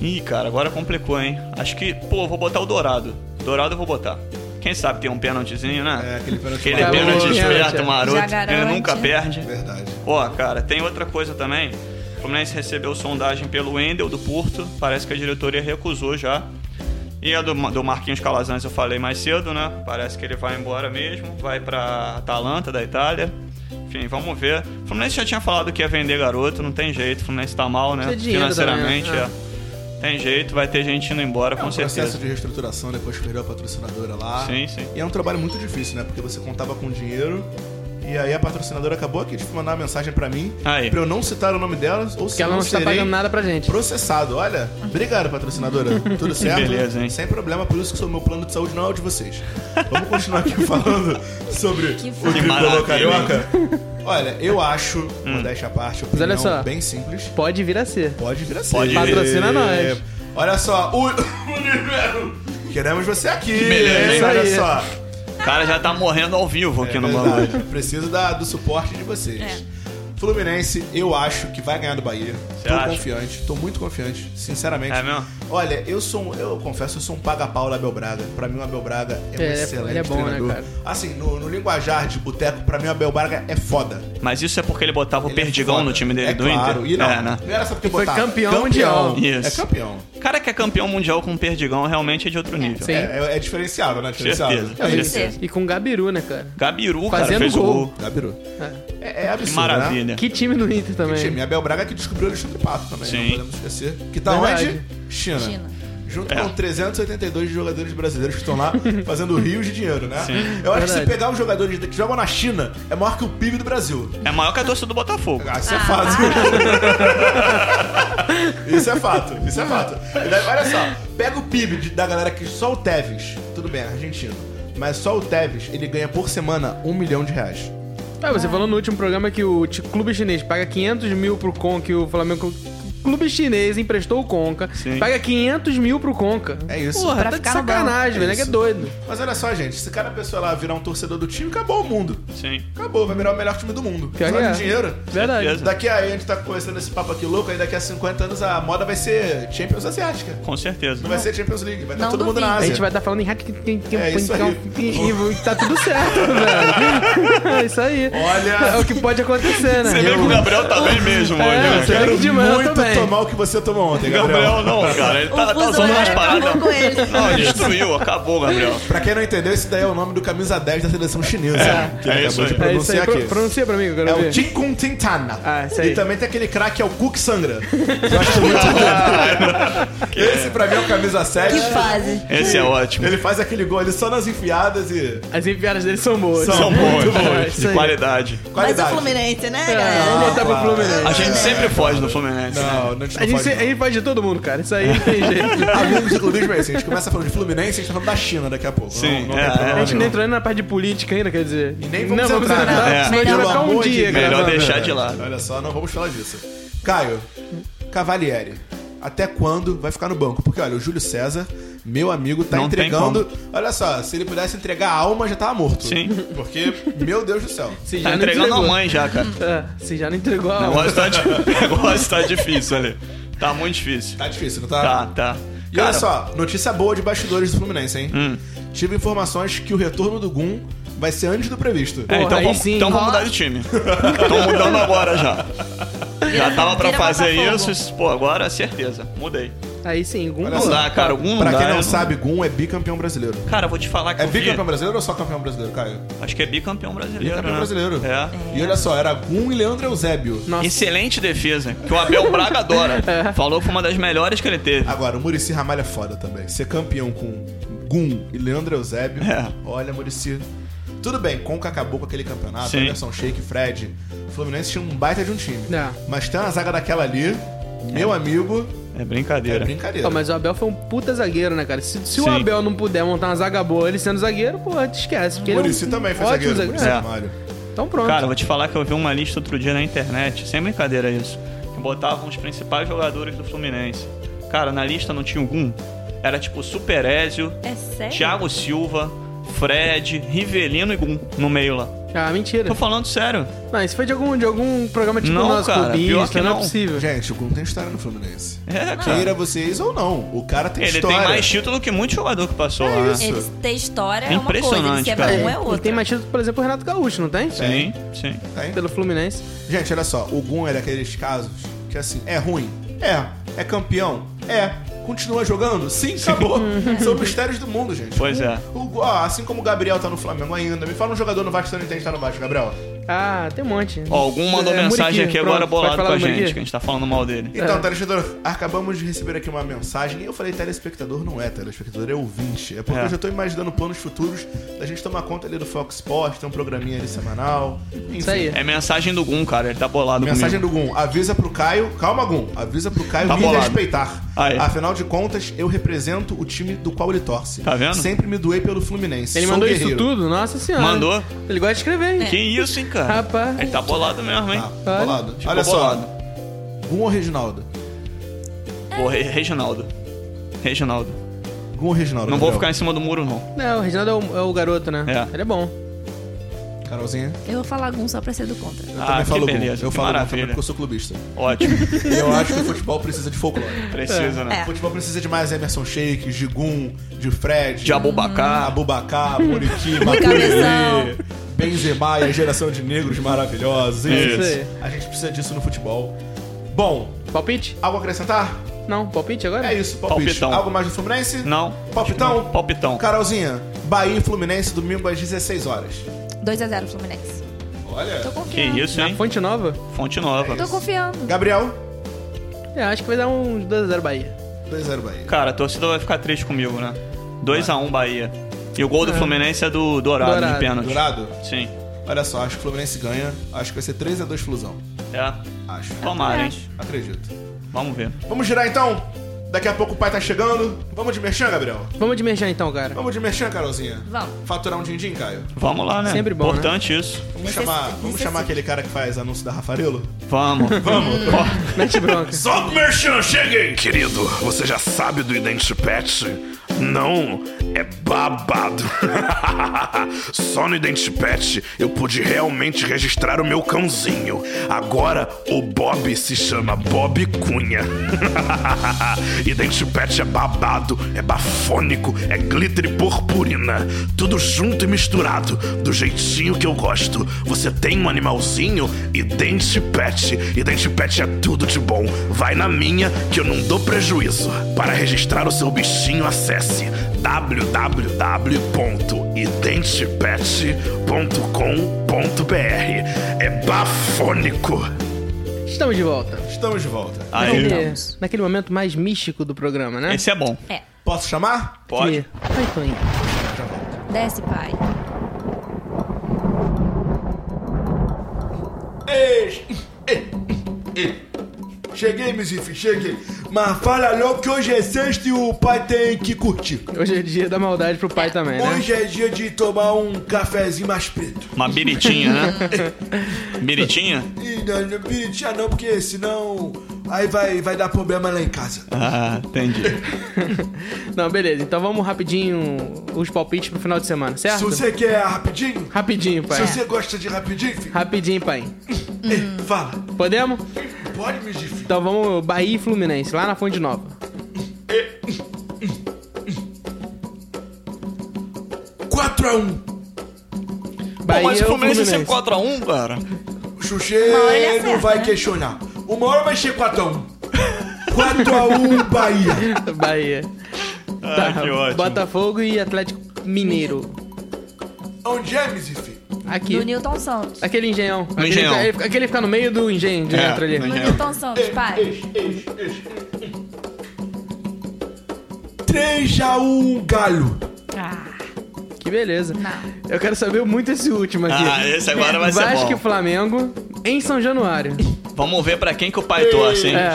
S5: Ih, cara, agora complicou, hein? Acho que, pô, vou botar o Dourado. Dourado eu vou botar. Quem sabe tem um pênaltizinho, né?
S3: É, aquele pênalti
S5: Aquele
S3: maroto.
S5: pênalti
S4: Pênalti, é.
S5: esperto,
S6: Já
S5: maroto.
S6: garante.
S5: Ele nunca perde.
S3: Verdade.
S5: Ó, cara, tem outra coisa também. O Fluminense recebeu sondagem pelo Wendel do Porto. Parece que a diretoria recusou já. E a do, do Marquinhos Calazans eu falei mais cedo, né? Parece que ele vai embora mesmo. Vai pra Atalanta, da Itália. Enfim, vamos ver. O Fluminense já tinha falado que ia vender garoto, não tem jeito. O Fluminense tá mal, né?
S4: Precisa de dinheiro também, né?
S5: Financeiramente, é. Tem jeito, vai ter gente indo embora,
S3: É
S5: com
S3: um processo
S5: certeza.
S3: de reestruturação depois que perdeu a patrocinadora lá.
S5: Sim, sim.
S3: E é um trabalho muito difícil, né? Porque você contava com dinheiro. E aí a patrocinadora acabou aqui de mandar uma mensagem pra mim
S5: Aí.
S3: pra eu não citar o nome dela ou se
S4: Que ela não está pagando nada pra gente.
S3: processado. Olha, obrigado patrocinadora. Tudo certo?
S5: beleza, hein?
S3: Sem problema, por isso que o meu plano de saúde não é o de vocês. Vamos continuar aqui falando sobre
S6: Que
S3: o
S6: fofo.
S3: tricolor
S5: maravilha. Hum.
S3: carioca. Olha, eu acho, modéstia à parte, opinião
S4: olha só.
S3: bem simples.
S4: Pode vir a ser.
S3: Pode vir assim.
S5: Pode vir.
S4: Patrocina nós.
S3: Olha só, o Univero. Queremos você aqui.
S5: beleza,
S3: hein?
S5: hein?
S3: Olha
S4: Isso aí.
S3: só.
S5: O cara já tá morrendo ao vivo aqui
S3: É
S5: no
S3: verdade.
S5: Manu.
S3: Preciso da- do suporte de vocês.
S6: É.
S3: Fluminense, eu acho que vai ganhar do Bahia.
S5: Você
S3: tô
S5: acha?
S3: confiante, tô muito confiante, sinceramente.
S5: É mesmo?
S3: Olha, eu sou, um- eu confesso, eu sou um paga-pau Abel Braga. Pra mim, o Abel Braga é um
S4: É, ele é-
S3: excelente
S4: ele é bom, né,
S3: treinador.
S4: cara?
S3: Assim, no, no linguajar de boteco, pra mim, o Abel Braga é foda.
S5: Mas isso é porque ele botava o
S3: Ele é
S5: Perdigão
S3: foda.
S5: no time dele
S3: é
S5: do
S3: claro.
S5: Inter.
S3: E não,
S5: É, né?
S3: não era só porque
S4: foi
S3: botar.
S4: campeão
S5: mundial.
S3: É
S5: Isso.
S3: campeão.
S5: Cara que é campeão mundial com o Perdigão realmente é de outro nível.
S4: Sim.
S3: É, é, é diferenciado, né? Diferenciado.
S5: Certeza.
S3: É isso.
S6: Certeza.
S4: E com o Gabiru, né, cara?
S5: Gabiru, cara,
S4: Fazendo
S5: fez o
S4: gol.
S5: gol.
S3: Gabiru. É, é
S5: Que
S3: absurdo. Né?
S5: maravilha.
S4: Que time do Inter também.
S3: é Time, Abel Braga que descobriu o Alexandre Pato também,
S5: Sim.
S3: não podemos esquecer. Que tá
S4: Verdade.
S3: onde? China.
S6: China.
S3: junto
S5: É.
S3: com 382 jogadores brasileiros que estão lá fazendo rios de dinheiro, né?
S5: Sim.
S3: Eu acho que se
S4: Verdade.
S3: pegar os jogadores que jogam na China, é maior que o PIB do Brasil.
S5: É maior que a torcida do Botafogo.
S3: Ah, isso é fato. isso é fato, isso é fato. E daí, olha só, pega o PIB de- da galera que só o Tevez, tudo bem, é argentino, mas só o Tevez, ele ganha por semana um milhão de reais.
S4: Ah, você falou no último programa que o ti- clube chinês paga 500 mil pro Conca e o Flamengo... o Clube chinês emprestou o Conca,
S5: Sim.
S4: paga 500 mil pro Conca.
S3: É isso.
S4: Porra,
S6: Pra
S4: tá de
S6: ficar no banco.
S4: sacanagem, velho. É que é doido.
S3: Mas olha só, gente, se cada pessoa lá virar um torcedor do time, acabou o mundo.
S5: Sim.
S3: Acabou, vai virar o melhor time do mundo.
S4: Pior
S3: Só
S4: que é.
S3: de dinheiro.
S4: Verdade.
S5: Certeza.
S3: Daqui a a gente tá conversando esse papo aqui louco, aí daqui a 50 anos a moda vai ser Champions Asiática.
S5: Com certeza.
S3: Não vai ser Champions League, vai estar
S6: Não
S3: todo mundo na
S6: duvido.
S4: A
S3: Ásia.
S4: gente vai estar falando em hack
S3: É isso aí.
S4: e tá tudo certo, velho. É isso aí.
S3: Olha.
S4: É o que pode acontecer, né?
S5: Você vê que o Gabriel tá bem mesmo hoje,
S4: É,
S5: né?
S4: você-
S3: Quero
S4: Sério que demais, eu
S3: muito
S4: também.
S3: tomar um o que você tomou ontem, Gabriel.
S5: Gabriel não, cara. Ele tá,
S6: O
S5: tá
S6: fuso
S5: usando umas
S6: horário acabou
S5: paradas.
S6: com ele.
S5: Não, destruiu, acabou, Gabriel.
S3: Pra quem não entendeu, esse daí é o nome do camisa 10 da seleção chinesa. É, que
S5: é
S3: ele
S5: isso
S3: acabou de
S5: aí.
S4: É isso
S3: pronunciar
S4: aí. Pro,
S3: aqui.
S4: pronuncia pra mim, eu quero
S3: É
S4: ver.
S3: o Tikkun Tintana.
S4: Ah, isso aí.
S3: e também tem aquele craque, é o Cook Sangra. Eu acho muito bom.
S4: Ah,
S3: Esse pra mim é o camisa 7.
S6: Que fase.
S5: Esse é ótimo.
S3: Ele faz aquele gol ali só nas enfiadas e
S4: As enviadas dele são boas.
S3: São
S5: São
S3: é muito
S4: bom.
S5: bons,
S4: Isso
S5: um de
S4: aí.
S5: qualidade.
S6: Mas o
S3: qualidade.
S6: Fluminense, né,
S4: É, vamos
S6: galera?
S4: botar pro Fluminense.
S5: A gente sempre foge do Fluminense. né? Tá
S3: Não, não te
S4: A gente, se- a gente pode de todo mundo, cara. Isso aí não tem jeito.
S3: Amigos do Clube Messi, a gente começa falando de Fluminense, a gente tá falando da China daqui a pouco.
S5: Sim,
S3: não, não
S5: é,
S3: tem problema
S4: A gente não
S3: nenhum.
S4: entrou ainda na parte de política ainda, quer dizer.
S3: E nem vamos
S4: não, vamos
S3: entrar,
S4: entrar,
S3: né?
S4: senão a gente
S3: Pelo
S4: vai ficar um
S3: amor de
S4: dia,
S3: Deus.
S4: cara.
S5: Melhor deixar de lado.
S3: Olha só, não vamos falar disso. Caio, Cavalieri, até quando vai ficar no banco? Porque olha, o Júlio César, meu amigo, tá
S5: Não tem
S3: entregando. Olha só, se ele pudesse entregar a alma, já tava morto.
S5: Sim.
S3: Porque, meu Deus do céu.
S4: Se já
S5: Tá
S4: não
S5: entregando a
S4: entregou.
S5: mãe já, cara.
S4: É, se já não entregou a
S5: O
S4: alma.
S5: negócio tá, di- o negócio tá difícil ali. Tá muito difícil.
S3: Tá difícil, não tá?
S5: Tá, tá.
S3: E
S5: Cara,
S3: olha só, notícia boa de bastidores do Fluminense, hein?
S5: Hum.
S3: Tive informações que o retorno do Gum vai ser antes do previsto.
S5: É,
S4: Porra,
S5: então
S4: aí
S5: vamos,
S4: sim.
S5: então vamos
S6: Ó.
S5: mudar de time. Tô mudando agora já. Já tava pra
S6: vira
S5: fazer
S6: Botafogo.
S5: isso, pô, agora certeza. Mudei.
S4: Aí sim, algum
S3: Olha
S5: Não
S3: só.
S5: dá, cara. Algum
S3: pra
S5: dá,
S3: quem
S5: eu
S3: não sabe, Gum é bicampeão brasileiro.
S5: Cara, eu vou te falar que
S3: É
S5: eu vi-
S3: bicampeão brasileiro ou só campeão brasileiro, Caio?
S5: Acho que é bicampeão brasileiro.
S3: Bicampeão
S5: né?
S3: brasileiro.
S5: É.
S3: E olha só, era Gum e Leandro Eusébio.
S4: Nossa.
S5: Excelente defesa, que o Abel Braga adora.
S3: É.
S5: Falou que foi uma das melhores que ele teve.
S3: Agora, o Murici Ramalho é foda também. Ser campeão com Gum e Leandro Eusébio.
S5: É.
S3: Olha, Murici. Tudo bem, Conca acabou com aquele campeonato,
S5: Sim.
S3: Anderson Shake, Fred. O Fluminense tinha um baita de um time.
S4: É.
S3: Mas tem uma zaga daquela ali, meu amigo,
S5: É
S3: é
S5: brincadeira.
S3: brincadeira.
S4: Pô, mas o Abel foi um puta zagueiro, né, cara? Se, se o
S5: Sim.
S4: Abel não puder montar uma zaga boa, ele sendo zagueiro, porra, te esquece. Porque ele é um
S3: Murici também foi
S4: ótimo
S3: zagueiro, Muricy
S5: zagueiro.
S3: Ramalho.
S4: Então pronto.
S5: É. Cara, eu vou te falar que eu vi uma lista outro dia na internet, sem brincadeira isso, que botavam os principais jogadores do Fluminense. Cara, na lista não tinha algum. Era tipo Super Ezio,
S6: É sério?
S5: Thiago Silva, Fred, Rivelino e Gum no meio lá.
S4: Ah, mentira.
S5: Tô falando sério.
S4: Não, isso foi de algum, de algum programa tipo
S5: Não,
S4: nosso
S5: cara, pior que
S4: clubista, não,
S5: não.
S4: é possível.
S3: Gente, o Gum tem história no Fluminense.
S5: É, cara.
S3: Queira vocês ou não, o cara tem
S5: Ele
S3: história. É
S5: tem mais título que muito jogador que passou lá. né?
S6: Ele ter história é uma coisa, ele
S5: Impressionante,
S6: ser
S5: cara.
S6: bom é
S4: E
S6: outra.
S4: tem mais título, por exemplo, o Renato Gaúcho, não tem?
S5: Sim,
S3: É.
S5: sim.
S3: Tem?
S4: Pelo Fluminense.
S3: Gente, olha só, o Gun é daqueles casos que assim, é ruim? É. É campeão? É. Continua jogando? Sim, acabou. São mistérios do mundo, gente.
S5: Pois é.
S3: O, Gu- ó, assim como o Gabriel tá no Flamengo ainda, me fala um jogador no Vasco que você não entende que tá no Vasco, Gabriel.
S4: Ah, tem um monte.
S5: Ó, algum mandou
S4: É,
S5: mensagem
S4: Muriqui,
S5: aqui agora
S4: pronto,
S5: bolado
S4: pode falar
S5: com a
S4: do
S5: gente,
S4: Muriqui?
S5: que a gente tá falando mal dele.
S3: Então, telespectador, acabamos de receber aqui uma mensagem. E eu falei, telespectador não é telespectador, é ouvinte. É porque
S5: É.
S3: eu já tô imaginando planos futuros da gente tomar conta ali do Fox Sports, tem um programinha ali semanal. Enfim.
S4: Isso aí.
S5: É mensagem do Gum, cara. Ele tá bolado
S3: Mensagem
S5: comigo.
S3: do Gum, avisa pro Caio. Calma, Gum. Avisa pro Caio
S5: Tá
S3: me
S5: bolado.
S3: respeitar.
S5: Aí.
S3: Afinal de contas, eu represento o time do qual ele torce.
S5: Tá vendo?
S3: Sempre me doei pelo Fluminense.
S4: Ele
S3: Sou
S4: mandou
S3: guerreiro.
S4: isso tudo? Nossa senhora.
S5: Mandou.
S4: Ele gosta de escrever, hein?
S5: Que isso, hein, cara?
S4: Rapaz.
S5: Ele tá bolado mesmo, hein?
S3: Tá, bolado.
S5: Ficou
S3: Olha
S5: bolado.
S3: só. Gum ou Reginaldo?
S5: Pô, Re- Reginaldo. Reginaldo.
S3: Gum ou Reginaldo?
S5: Não vou ficar
S3: Gabriel?
S5: em cima do muro, não.
S4: Não, o Reginaldo é o, é o garoto, né?
S5: tá. É.
S4: Ele é bom.
S3: Carolzinha?
S11: Eu vou falar algum só pra ser do contra.
S3: Eu
S5: Ah,
S3: também
S5: que
S3: falo
S5: beleza,
S3: Gum. Eu
S5: que
S3: falo Gum também
S5: maravilha.
S3: porque eu sou clubista.
S5: Ótimo.
S3: E eu acho que o futebol precisa de folclore.
S5: Precisa, né?
S3: O futebol precisa de mais Emerson Sheik, de Gum, de Fred.
S5: De
S3: Hum.
S5: Abubacar.
S3: Abubacá, Muriqui, Maturê,
S6: Cabeção.
S3: Benzema e a geração de negros maravilhosos.
S5: Isso.
S4: É Isso
S3: A gente precisa disso no futebol. Bom,
S4: Palpite?
S3: algo a acrescentar?
S4: Não, palpite agora?
S3: É isso, palpite.
S5: Palpitão.
S3: Algo mais do Fluminense?
S5: Não.
S3: Palpitão?
S5: Palpitão.
S3: Carolzinha, Bahia e Fluminense, domingo às 16 horas.
S11: 2x0 Fluminense.
S3: Olha.
S11: Tô
S5: Que
S11: confiando.
S5: isso,
S4: Na
S5: hein?
S4: Fonte Nova?
S5: Fonte Nova.
S11: Tô confiando.
S3: Gabriel,
S4: É, acho que vai dar uns 2x0 Bahia.
S3: 2x0 Bahia.
S5: Cara, a torcida vai ficar triste comigo, né? 2x1 Bahia. E o gol do Fluminense é do Dourado,
S4: Dourado.
S5: de pênalti.
S3: Dourado?
S5: Sim.
S3: Olha só, acho que o Fluminense ganha. Acho que vai ser 3x2 Flusão.
S5: É.
S3: Acho.
S5: Tomara, hein?
S3: Acredito.
S5: Vamos ver.
S3: Vamos girar então? Daqui a pouco o pai tá chegando. Vamos de merchan, Gabriel?
S4: Vamos de merchan então, cara.
S3: Vamos de merchan, Carolzinha?
S11: Vamos.
S3: Faturar um din-din, Caio?
S5: Vamos lá, né?
S4: Sempre bom,
S5: Importante isso.
S3: Vamos chamar, vamos chamar aquele cara que faz anúncio da Rafarelo?
S5: Vamos. Vamos.
S4: Mete bronca.
S3: Solta o merchan, cheguei!
S7: Querido, você já sabe do Identity Patch? Não, é babado. Só no Identity Patch eu pude realmente registrar o meu cãozinho. Agora o Bob se chama Bob Cunha. Identity Patch é babado, é bafônico, é glitter e purpurina. Tudo junto e misturado, do jeitinho que eu gosto. Você tem um animalzinho? Identity Pet. Identity Pet é tudo de bom. Vai na minha que eu não dou prejuízo. Para registrar o seu bichinho, acesse www.identitypet.com.br. É bafônico.
S4: Estamos de volta.
S3: Estamos de volta.
S5: Aí.
S4: Naquele- Naquele momento mais místico do programa, né?
S5: É Esse é bom.
S3: Posso chamar?
S5: Pode.
S4: Que- Ai, Toninho.
S11: Desce, pai.
S3: Ei, ei, ei. Cheguei, Mizife, cheguei. Mas fala logo que hoje é sexta e o pai tem que curtir.
S4: Hoje é dia da maldade pro pai também, né?
S3: Hoje é dia de tomar um cafezinho mais preto.
S5: Uma biritinha, né? biritinha?
S3: E não, não piritinha não, porque senão aí vai, vai dar problema lá em casa.
S4: Tá
S5: Ah, entendi.
S4: Não, beleza. Então vamos rapidinho os palpites pro final de semana, certo?
S3: Se você quer rapidinho,
S4: Rapidinho, pai.
S3: se você gosta de rapidinho, filho,
S4: Rapidinho, pai. Hum.
S3: ei, fala.
S4: Podemos?
S3: Pode, Mizife.
S4: Então vamos Bahia e Fluminense, lá na Fonte Nova.
S3: 4x1.
S4: Bahia
S5: mas o
S4: ou
S5: Fluminense é sempre 4x1, cara.
S3: O Xuxê não vai questionar. Uma hora vai ser 4x1. 4x1 Bahia.
S4: Bahia. Tá,
S5: Ah, que ótimo.
S4: Botafogo e Atlético Mineiro.
S3: Onde é, Mizife?
S4: Aqui.
S11: Do Newton Santos.
S3: É.
S4: Aquele engenhão. Aquele
S5: engenhão.
S4: fica- Ele, fica- aquele fica no meio do engenho de
S5: É,
S4: dentro ali.
S5: no
S11: Do
S5: engenho.
S11: Newton Santos, pai.
S3: 3x1 Galo.
S6: Ah,
S4: Que beleza.
S11: Não.
S4: Eu quero saber muito esse último aqui.
S5: Ah, esse agora vai ser
S4: Vasco e
S5: bom.
S4: Flamengo em São Januário.
S5: Vamos ver pra quem que o pai torce, hein?
S4: É.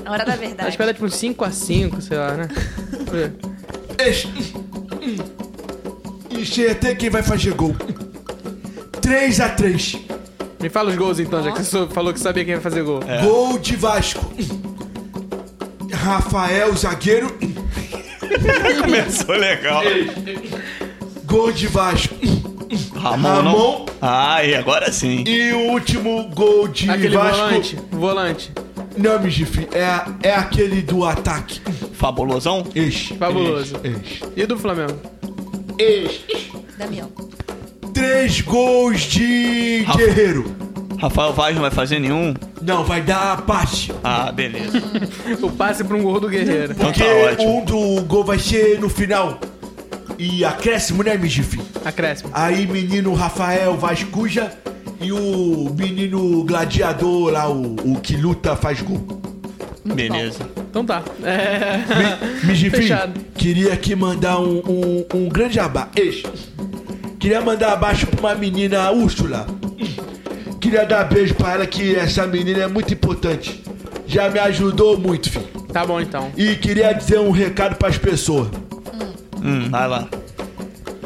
S11: A
S6: tá
S11: hora da
S4: Acho
S11: verdade.
S4: que era tipo 5x5, sei lá, né?
S3: E sei é até quem vai fazer gol. 3x3.
S4: Me fala os gols então, já que você sou- falou que sabia quem ia fazer
S5: É.
S4: gol.
S3: Gol de Vasco. Rafael, zagueiro.
S5: Começou é legal.
S3: Gol de Vasco.
S5: Ramon,
S3: Ramon.
S5: não. Ah, e agora sim.
S3: E o último gol de
S4: Aquele
S3: Vasco.
S4: volante, volante,
S3: Não, Mizife. É, é aquele do ataque.
S5: Fabulosão?
S3: Este.
S4: fabuloso.
S3: Este.
S4: E do Flamengo?
S11: Damião.
S3: Três gols de
S5: Rafa.
S3: Guerreiro.
S5: Rafael Vaz não vai fazer nenhum?
S3: Não, vai dar a parte.
S5: Ah, beleza.
S4: O passe pra um gol do Guerreiro.
S5: Então
S3: Porque
S5: tá ótimo.
S3: um do gol vai ser no final. E acréscimo, né, Mijifi?
S4: Acréscimo.
S3: Aí, menino Rafael Vascuja e o menino gladiador lá, o, o que luta faz gol.
S5: Beleza.
S4: Então tá. É...
S3: Mijifi,
S4: Fechado.
S3: queria aqui mandar um, um, um grande abraço. Queria mandar abaixo pra uma menina, a Úrsula. Queria dar beijo pra ela, que essa menina é muito importante. Já me ajudou muito, filho.
S4: Tá bom então.
S3: E queria dizer um recado pras pessoas.
S5: Hum, vai lá.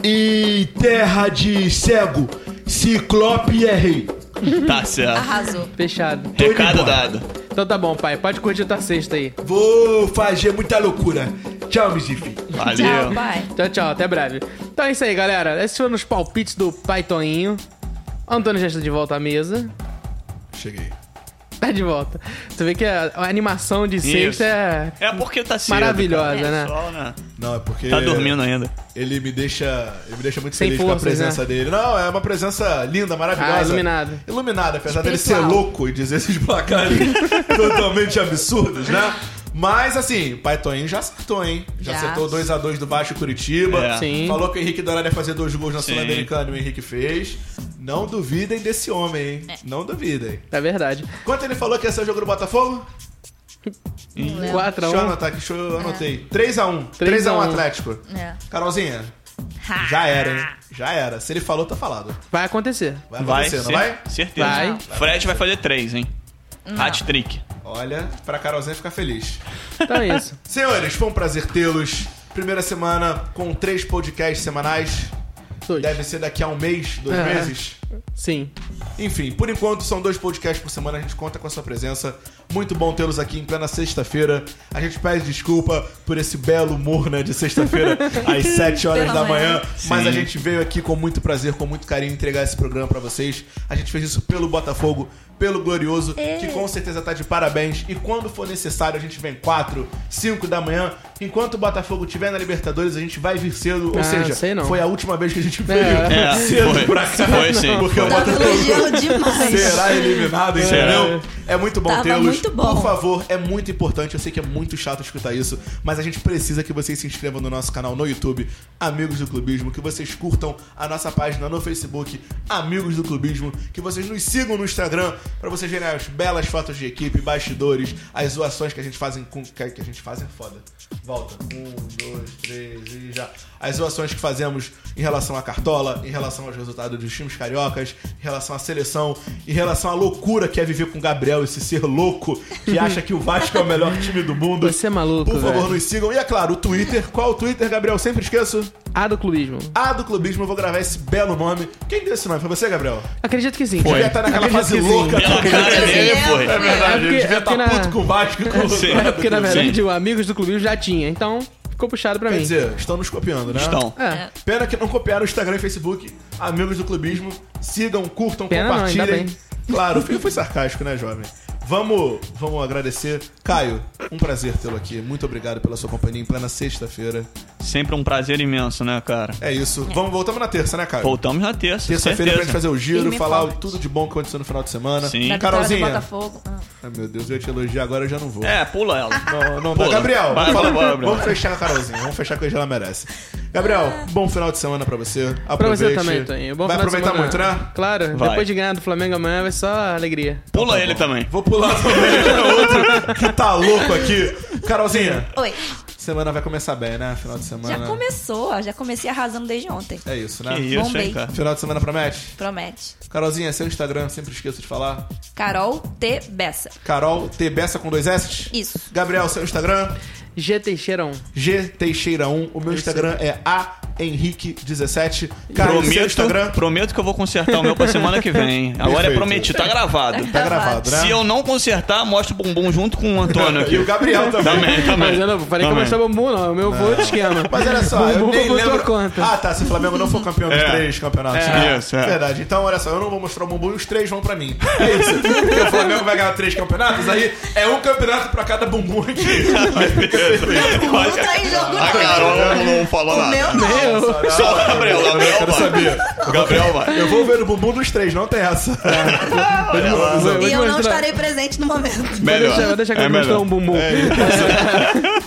S3: E terra de cego, Ciclope é rei.
S5: Tá certo.
S11: Arrasou.
S4: Fechado.
S5: Recado
S3: embora.
S5: dado.
S4: Então tá bom, pai. Pode curtir tua sexta aí.
S3: Vou fazer muita loucura. Tchau, Mizifi.
S11: Tchau,
S5: Valeu.
S11: pai.
S4: Tchau, tchau. Até breve. Então é isso aí, galera. Esses foram os palpites do Pai Toninho. Antônio já está de volta à mesa.
S3: Cheguei.
S4: Tá de volta. Você vê que a, a animação de sexta é...
S5: É porque tá cedo.
S4: Maravilhosa,
S5: cara.
S4: né?
S5: O pessoal, né?
S3: Não, é porque.
S5: Tá dormindo ainda.
S3: Ele me deixa. Ele me deixa muito
S4: Sem
S3: feliz
S4: forças,
S3: com a presença
S4: né?
S3: dele. Não, é uma presença linda, maravilhosa.
S4: Ah, iluminada.
S3: Iluminada, apesar dele ser
S11: Espiritual.
S3: louco e dizer esses placares totalmente absurdos, né? Mas assim, o Pai Toinho já acertou, hein? Já,
S11: Já.
S3: acertou 2x2 do Baixo Curitiba.
S5: É.
S4: Sim.
S3: Falou que o Henrique Dourado ia fazer dois gols na
S5: Sim.
S3: Sul-Americana e o Henrique fez. Não duvidem desse homem, hein? Não duvidem.
S4: É verdade.
S3: Quanto ele falou que ia ser o jogo do Botafogo?
S5: Ih,
S4: 4x1.
S3: Chama, tá? Que show eu anotei. 3x1.
S4: 3 a
S3: 3x1
S4: 1.
S3: Atlético.
S11: É.
S3: Carolzinha,
S11: Ha.
S3: já era, hein? Já era. Se ele falou, tá falado.
S4: Vai acontecer.
S3: Vai
S5: Vai,
S3: acontecer,
S5: cer-
S3: não vai?
S5: Certeza.
S4: Vai.
S5: Fred vai fazer três, hein? Hat-trick.
S3: Olha, pra Carolzinha ficar feliz.
S4: Então é isso.
S3: Senhores, foi um prazer tê-los. Primeira semana com três podcasts semanais.
S4: Dois.
S3: Deve ser daqui a um mês, dois
S4: É.
S3: meses.
S4: Sim.
S3: Enfim, por enquanto são dois podcasts por semana, a gente conta com a sua presença. Muito bom tê-los aqui em plena sexta-feira. A gente pede desculpa por esse belo humor, né, de sexta-feira às 7 horas
S11: Pela
S3: da manhã,
S11: manhã.
S3: mas a
S5: Sim.
S3: gente veio aqui com muito prazer, com muito carinho entregar esse programa pra vocês. A gente fez isso pelo Botafogo, pelo Glorioso, que com certeza tá de parabéns. E quando for necessário, a gente vem 4, 5 da manhã. Enquanto o Botafogo tiver na Libertadores, a gente vai vir cedo, ou
S4: Ah,
S3: seja,
S4: sei não.
S3: foi a última vez que a gente veio
S4: É.
S3: cedo
S5: foi.
S3: pra cá.
S5: Foi sim.
S3: Porque o
S6: Tava
S3: Botafogo
S6: elogiando Tá demais.
S3: Será eliminado,
S5: Será.
S3: entendeu? É muito bom
S6: Tava
S3: tê-los.
S6: muito bom.
S3: Por favor, é muito importante. Eu sei que é muito chato escutar isso, mas a gente precisa que vocês se inscrevam no nosso canal no YouTube, Amigos do Clubismo, que vocês curtam a nossa página no Facebook, Amigos do Clubismo, que vocês nos sigam no Instagram pra vocês verem as belas fotos de equipe, bastidores, as zoações que a gente faz com que a gente faz é foda. Volta. Um, dois, três e já. As zoações que fazemos em relação à cartola, em relação aos resultados dos times cariocas, em relação à seleção, em relação à loucura que é viver com o Gabriel, esse ser louco que acha que o Vasco é o melhor time do mundo.
S4: Você é maluco,
S3: Por favor,
S4: velho.
S3: nos sigam. E é claro, o Twitter. Qual o Twitter, Gabriel? Sempre esqueço.
S4: A do clubismo.
S3: A do Clubismo, eu vou gravar esse belo nome. Quem deu esse nome? Foi você, Gabriel?
S4: Acredito que sim.
S3: Devia estar naquela
S4: Acredito
S3: fase
S4: que sim.
S3: louca.
S5: Pela cara dele foi.
S3: É verdade,
S4: porque-
S3: eu devia
S4: é
S3: estar
S4: porque na-
S3: puto com o Vasco e com o
S5: Sim.
S4: É porque, na
S5: Sim.
S4: verdade, o Amigos do Clubismo já tinha. Então, ficou puxado pra
S3: Quer
S4: mim.
S3: dizer, estão nos copiando, né?
S5: Estão.
S4: É.
S3: Pena que não copiaram o Instagram e Facebook. Amigos do Clubismo, sigam, curtam,
S4: Pena não, ainda
S3: compartilhem.
S4: bem.
S3: Claro, foi, foi sarcástico, né, jovem? Vamos, vamos agradecer. Caio, um prazer tê-lo aqui. Muito obrigado pela sua companhia em plena sexta-feira.
S5: Sempre um prazer imenso, né, cara?
S3: É isso. Vamos, voltamos na terça, né, Caio?
S5: Voltamos na terça.
S3: Terça-feira pra gente
S5: certeza.
S3: fazer o giro,
S11: Firme e
S3: falar
S11: forte.
S3: tudo de bom que aconteceu no final de semana.
S5: Sim.
S11: Da
S6: Tá
S11: vitória do
S3: Carolzinha.
S11: Botafogo. Ah.
S3: Ai, meu Deus, eu ia te elogiar agora, eu já não vou.
S5: É, pula ela.
S3: Não, não,
S5: Pô,
S3: dá. Gabriel,
S5: vai,
S3: fala-
S5: vai, Gabriel.
S3: vamos fechar a Carolzinha, vamos fechar que hoje ela merece. Gabriel, bom final de semana pra você. Aproveite.
S4: Pra você também, Toninho. Bom
S3: Vai
S4: final de
S3: aproveitar muito,
S4: semana.
S3: né?
S4: Claro.
S5: Vai.
S4: Depois de ganhar do Flamengo amanhã, vai só alegria.
S5: Pula
S3: tá
S5: ele também.
S3: Vou pular também é outro que tá louco aqui. Carolzinha,
S6: Oi.
S3: semana vai começar bem, né? Final de
S6: Já
S3: semana.
S6: começou, ó, já comecei arrasando desde ontem.
S3: É isso,
S5: Que
S3: né?
S5: isso,
S6: Bombei.
S5: hein, cara?
S3: Final de semana promete?
S6: Promete.
S3: Carolzinha, seu Instagram, sempre esqueço de falar.
S6: Carol T. Bessa.
S3: Carol T. Bessa com dois S.
S6: Isso.
S3: Gabriel, seu Instagram.
S4: G. Teixeira 1.
S3: G Teixeira 1. O meu Instagram é A Henrique 17. Carol, Tá seu Instagram.
S5: Prometo, prometo que eu vou consertar o meu pra semana que vem. hein? Agora é
S3: Perfeito.
S5: prometido, tá gravado.
S3: Tá gravado, né?
S5: Se eu não consertar, mostra o bumbum junto com o Antônio
S3: E o
S5: aqui.
S3: Gabriel também.
S5: Também, também.
S4: Mas eu não falei que eu
S5: Também.
S4: mostrava bumbum, não. O meu voo de esquema.
S3: Mas olha só, eu
S4: Bumbum
S3: nem
S4: por tua
S3: lembro...
S4: conta.
S3: Ah, tá, se o Flamengo não for campeão dos
S5: É.
S3: três campeonatos.
S5: É. Isso, é.
S3: Verdade. Então, olha só, eu não vou mostrar o bumbum e os três vão pra mim. É isso. Porque o Flamengo vai ganhar três campeonatos, aí é um campeonato pra cada bumbum aqui.
S6: Não tá em jogo,
S5: A Carol não falou nada.
S4: Eu-
S5: Só o Gabriel. Gabriel
S3: quero saber.
S5: vai. Gabriel vai.
S3: Eu vou ver o bumbum dos três, não tem essa.
S4: vou- vou
S6: não. E
S4: te
S6: eu não
S4: mostrar-
S6: estarei presente no momento.
S4: Vai
S5: Melhor.
S4: deixar, vai deixar que
S5: É
S4: eu vou mostrar
S5: melhor.
S4: um bumbum.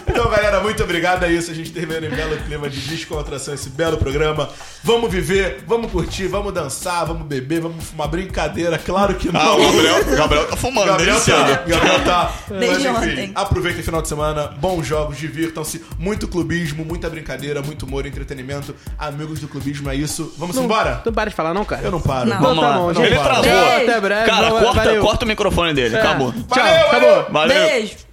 S3: Então, galera, muito obrigado. É isso. A gente termina em belo clima de descontração esse belo programa. Vamos viver, vamos curtir, vamos dançar, vamos beber, vamos fumar brincadeira. Claro que não.
S5: Ah, o Gabriel, Gabriel tá fumando,
S3: Gabriel tá.
S5: deliciado.
S3: Gabriel tá.
S6: Desde
S3: Mas, enfim,
S6: ontem.
S3: aproveitem o final de semana, bons jogos, divirtam-se. Muito clubismo, muita brincadeira, muito humor, entretenimento. Amigos do clubismo, é isso. Vamos embora?
S4: Tu não para de falar, não, cara?
S3: Eu não paro.
S6: Não.
S4: Então
S5: Vamos lá.
S4: tá bom,
S5: Ele
S4: gente.
S5: travou.
S4: Tchau, até breve.
S5: Cara,
S4: Valeu. É.
S5: corta, corta o microfone dele. Acabou.
S4: Tchau, acabou.
S5: Valeu.
S6: Beijo.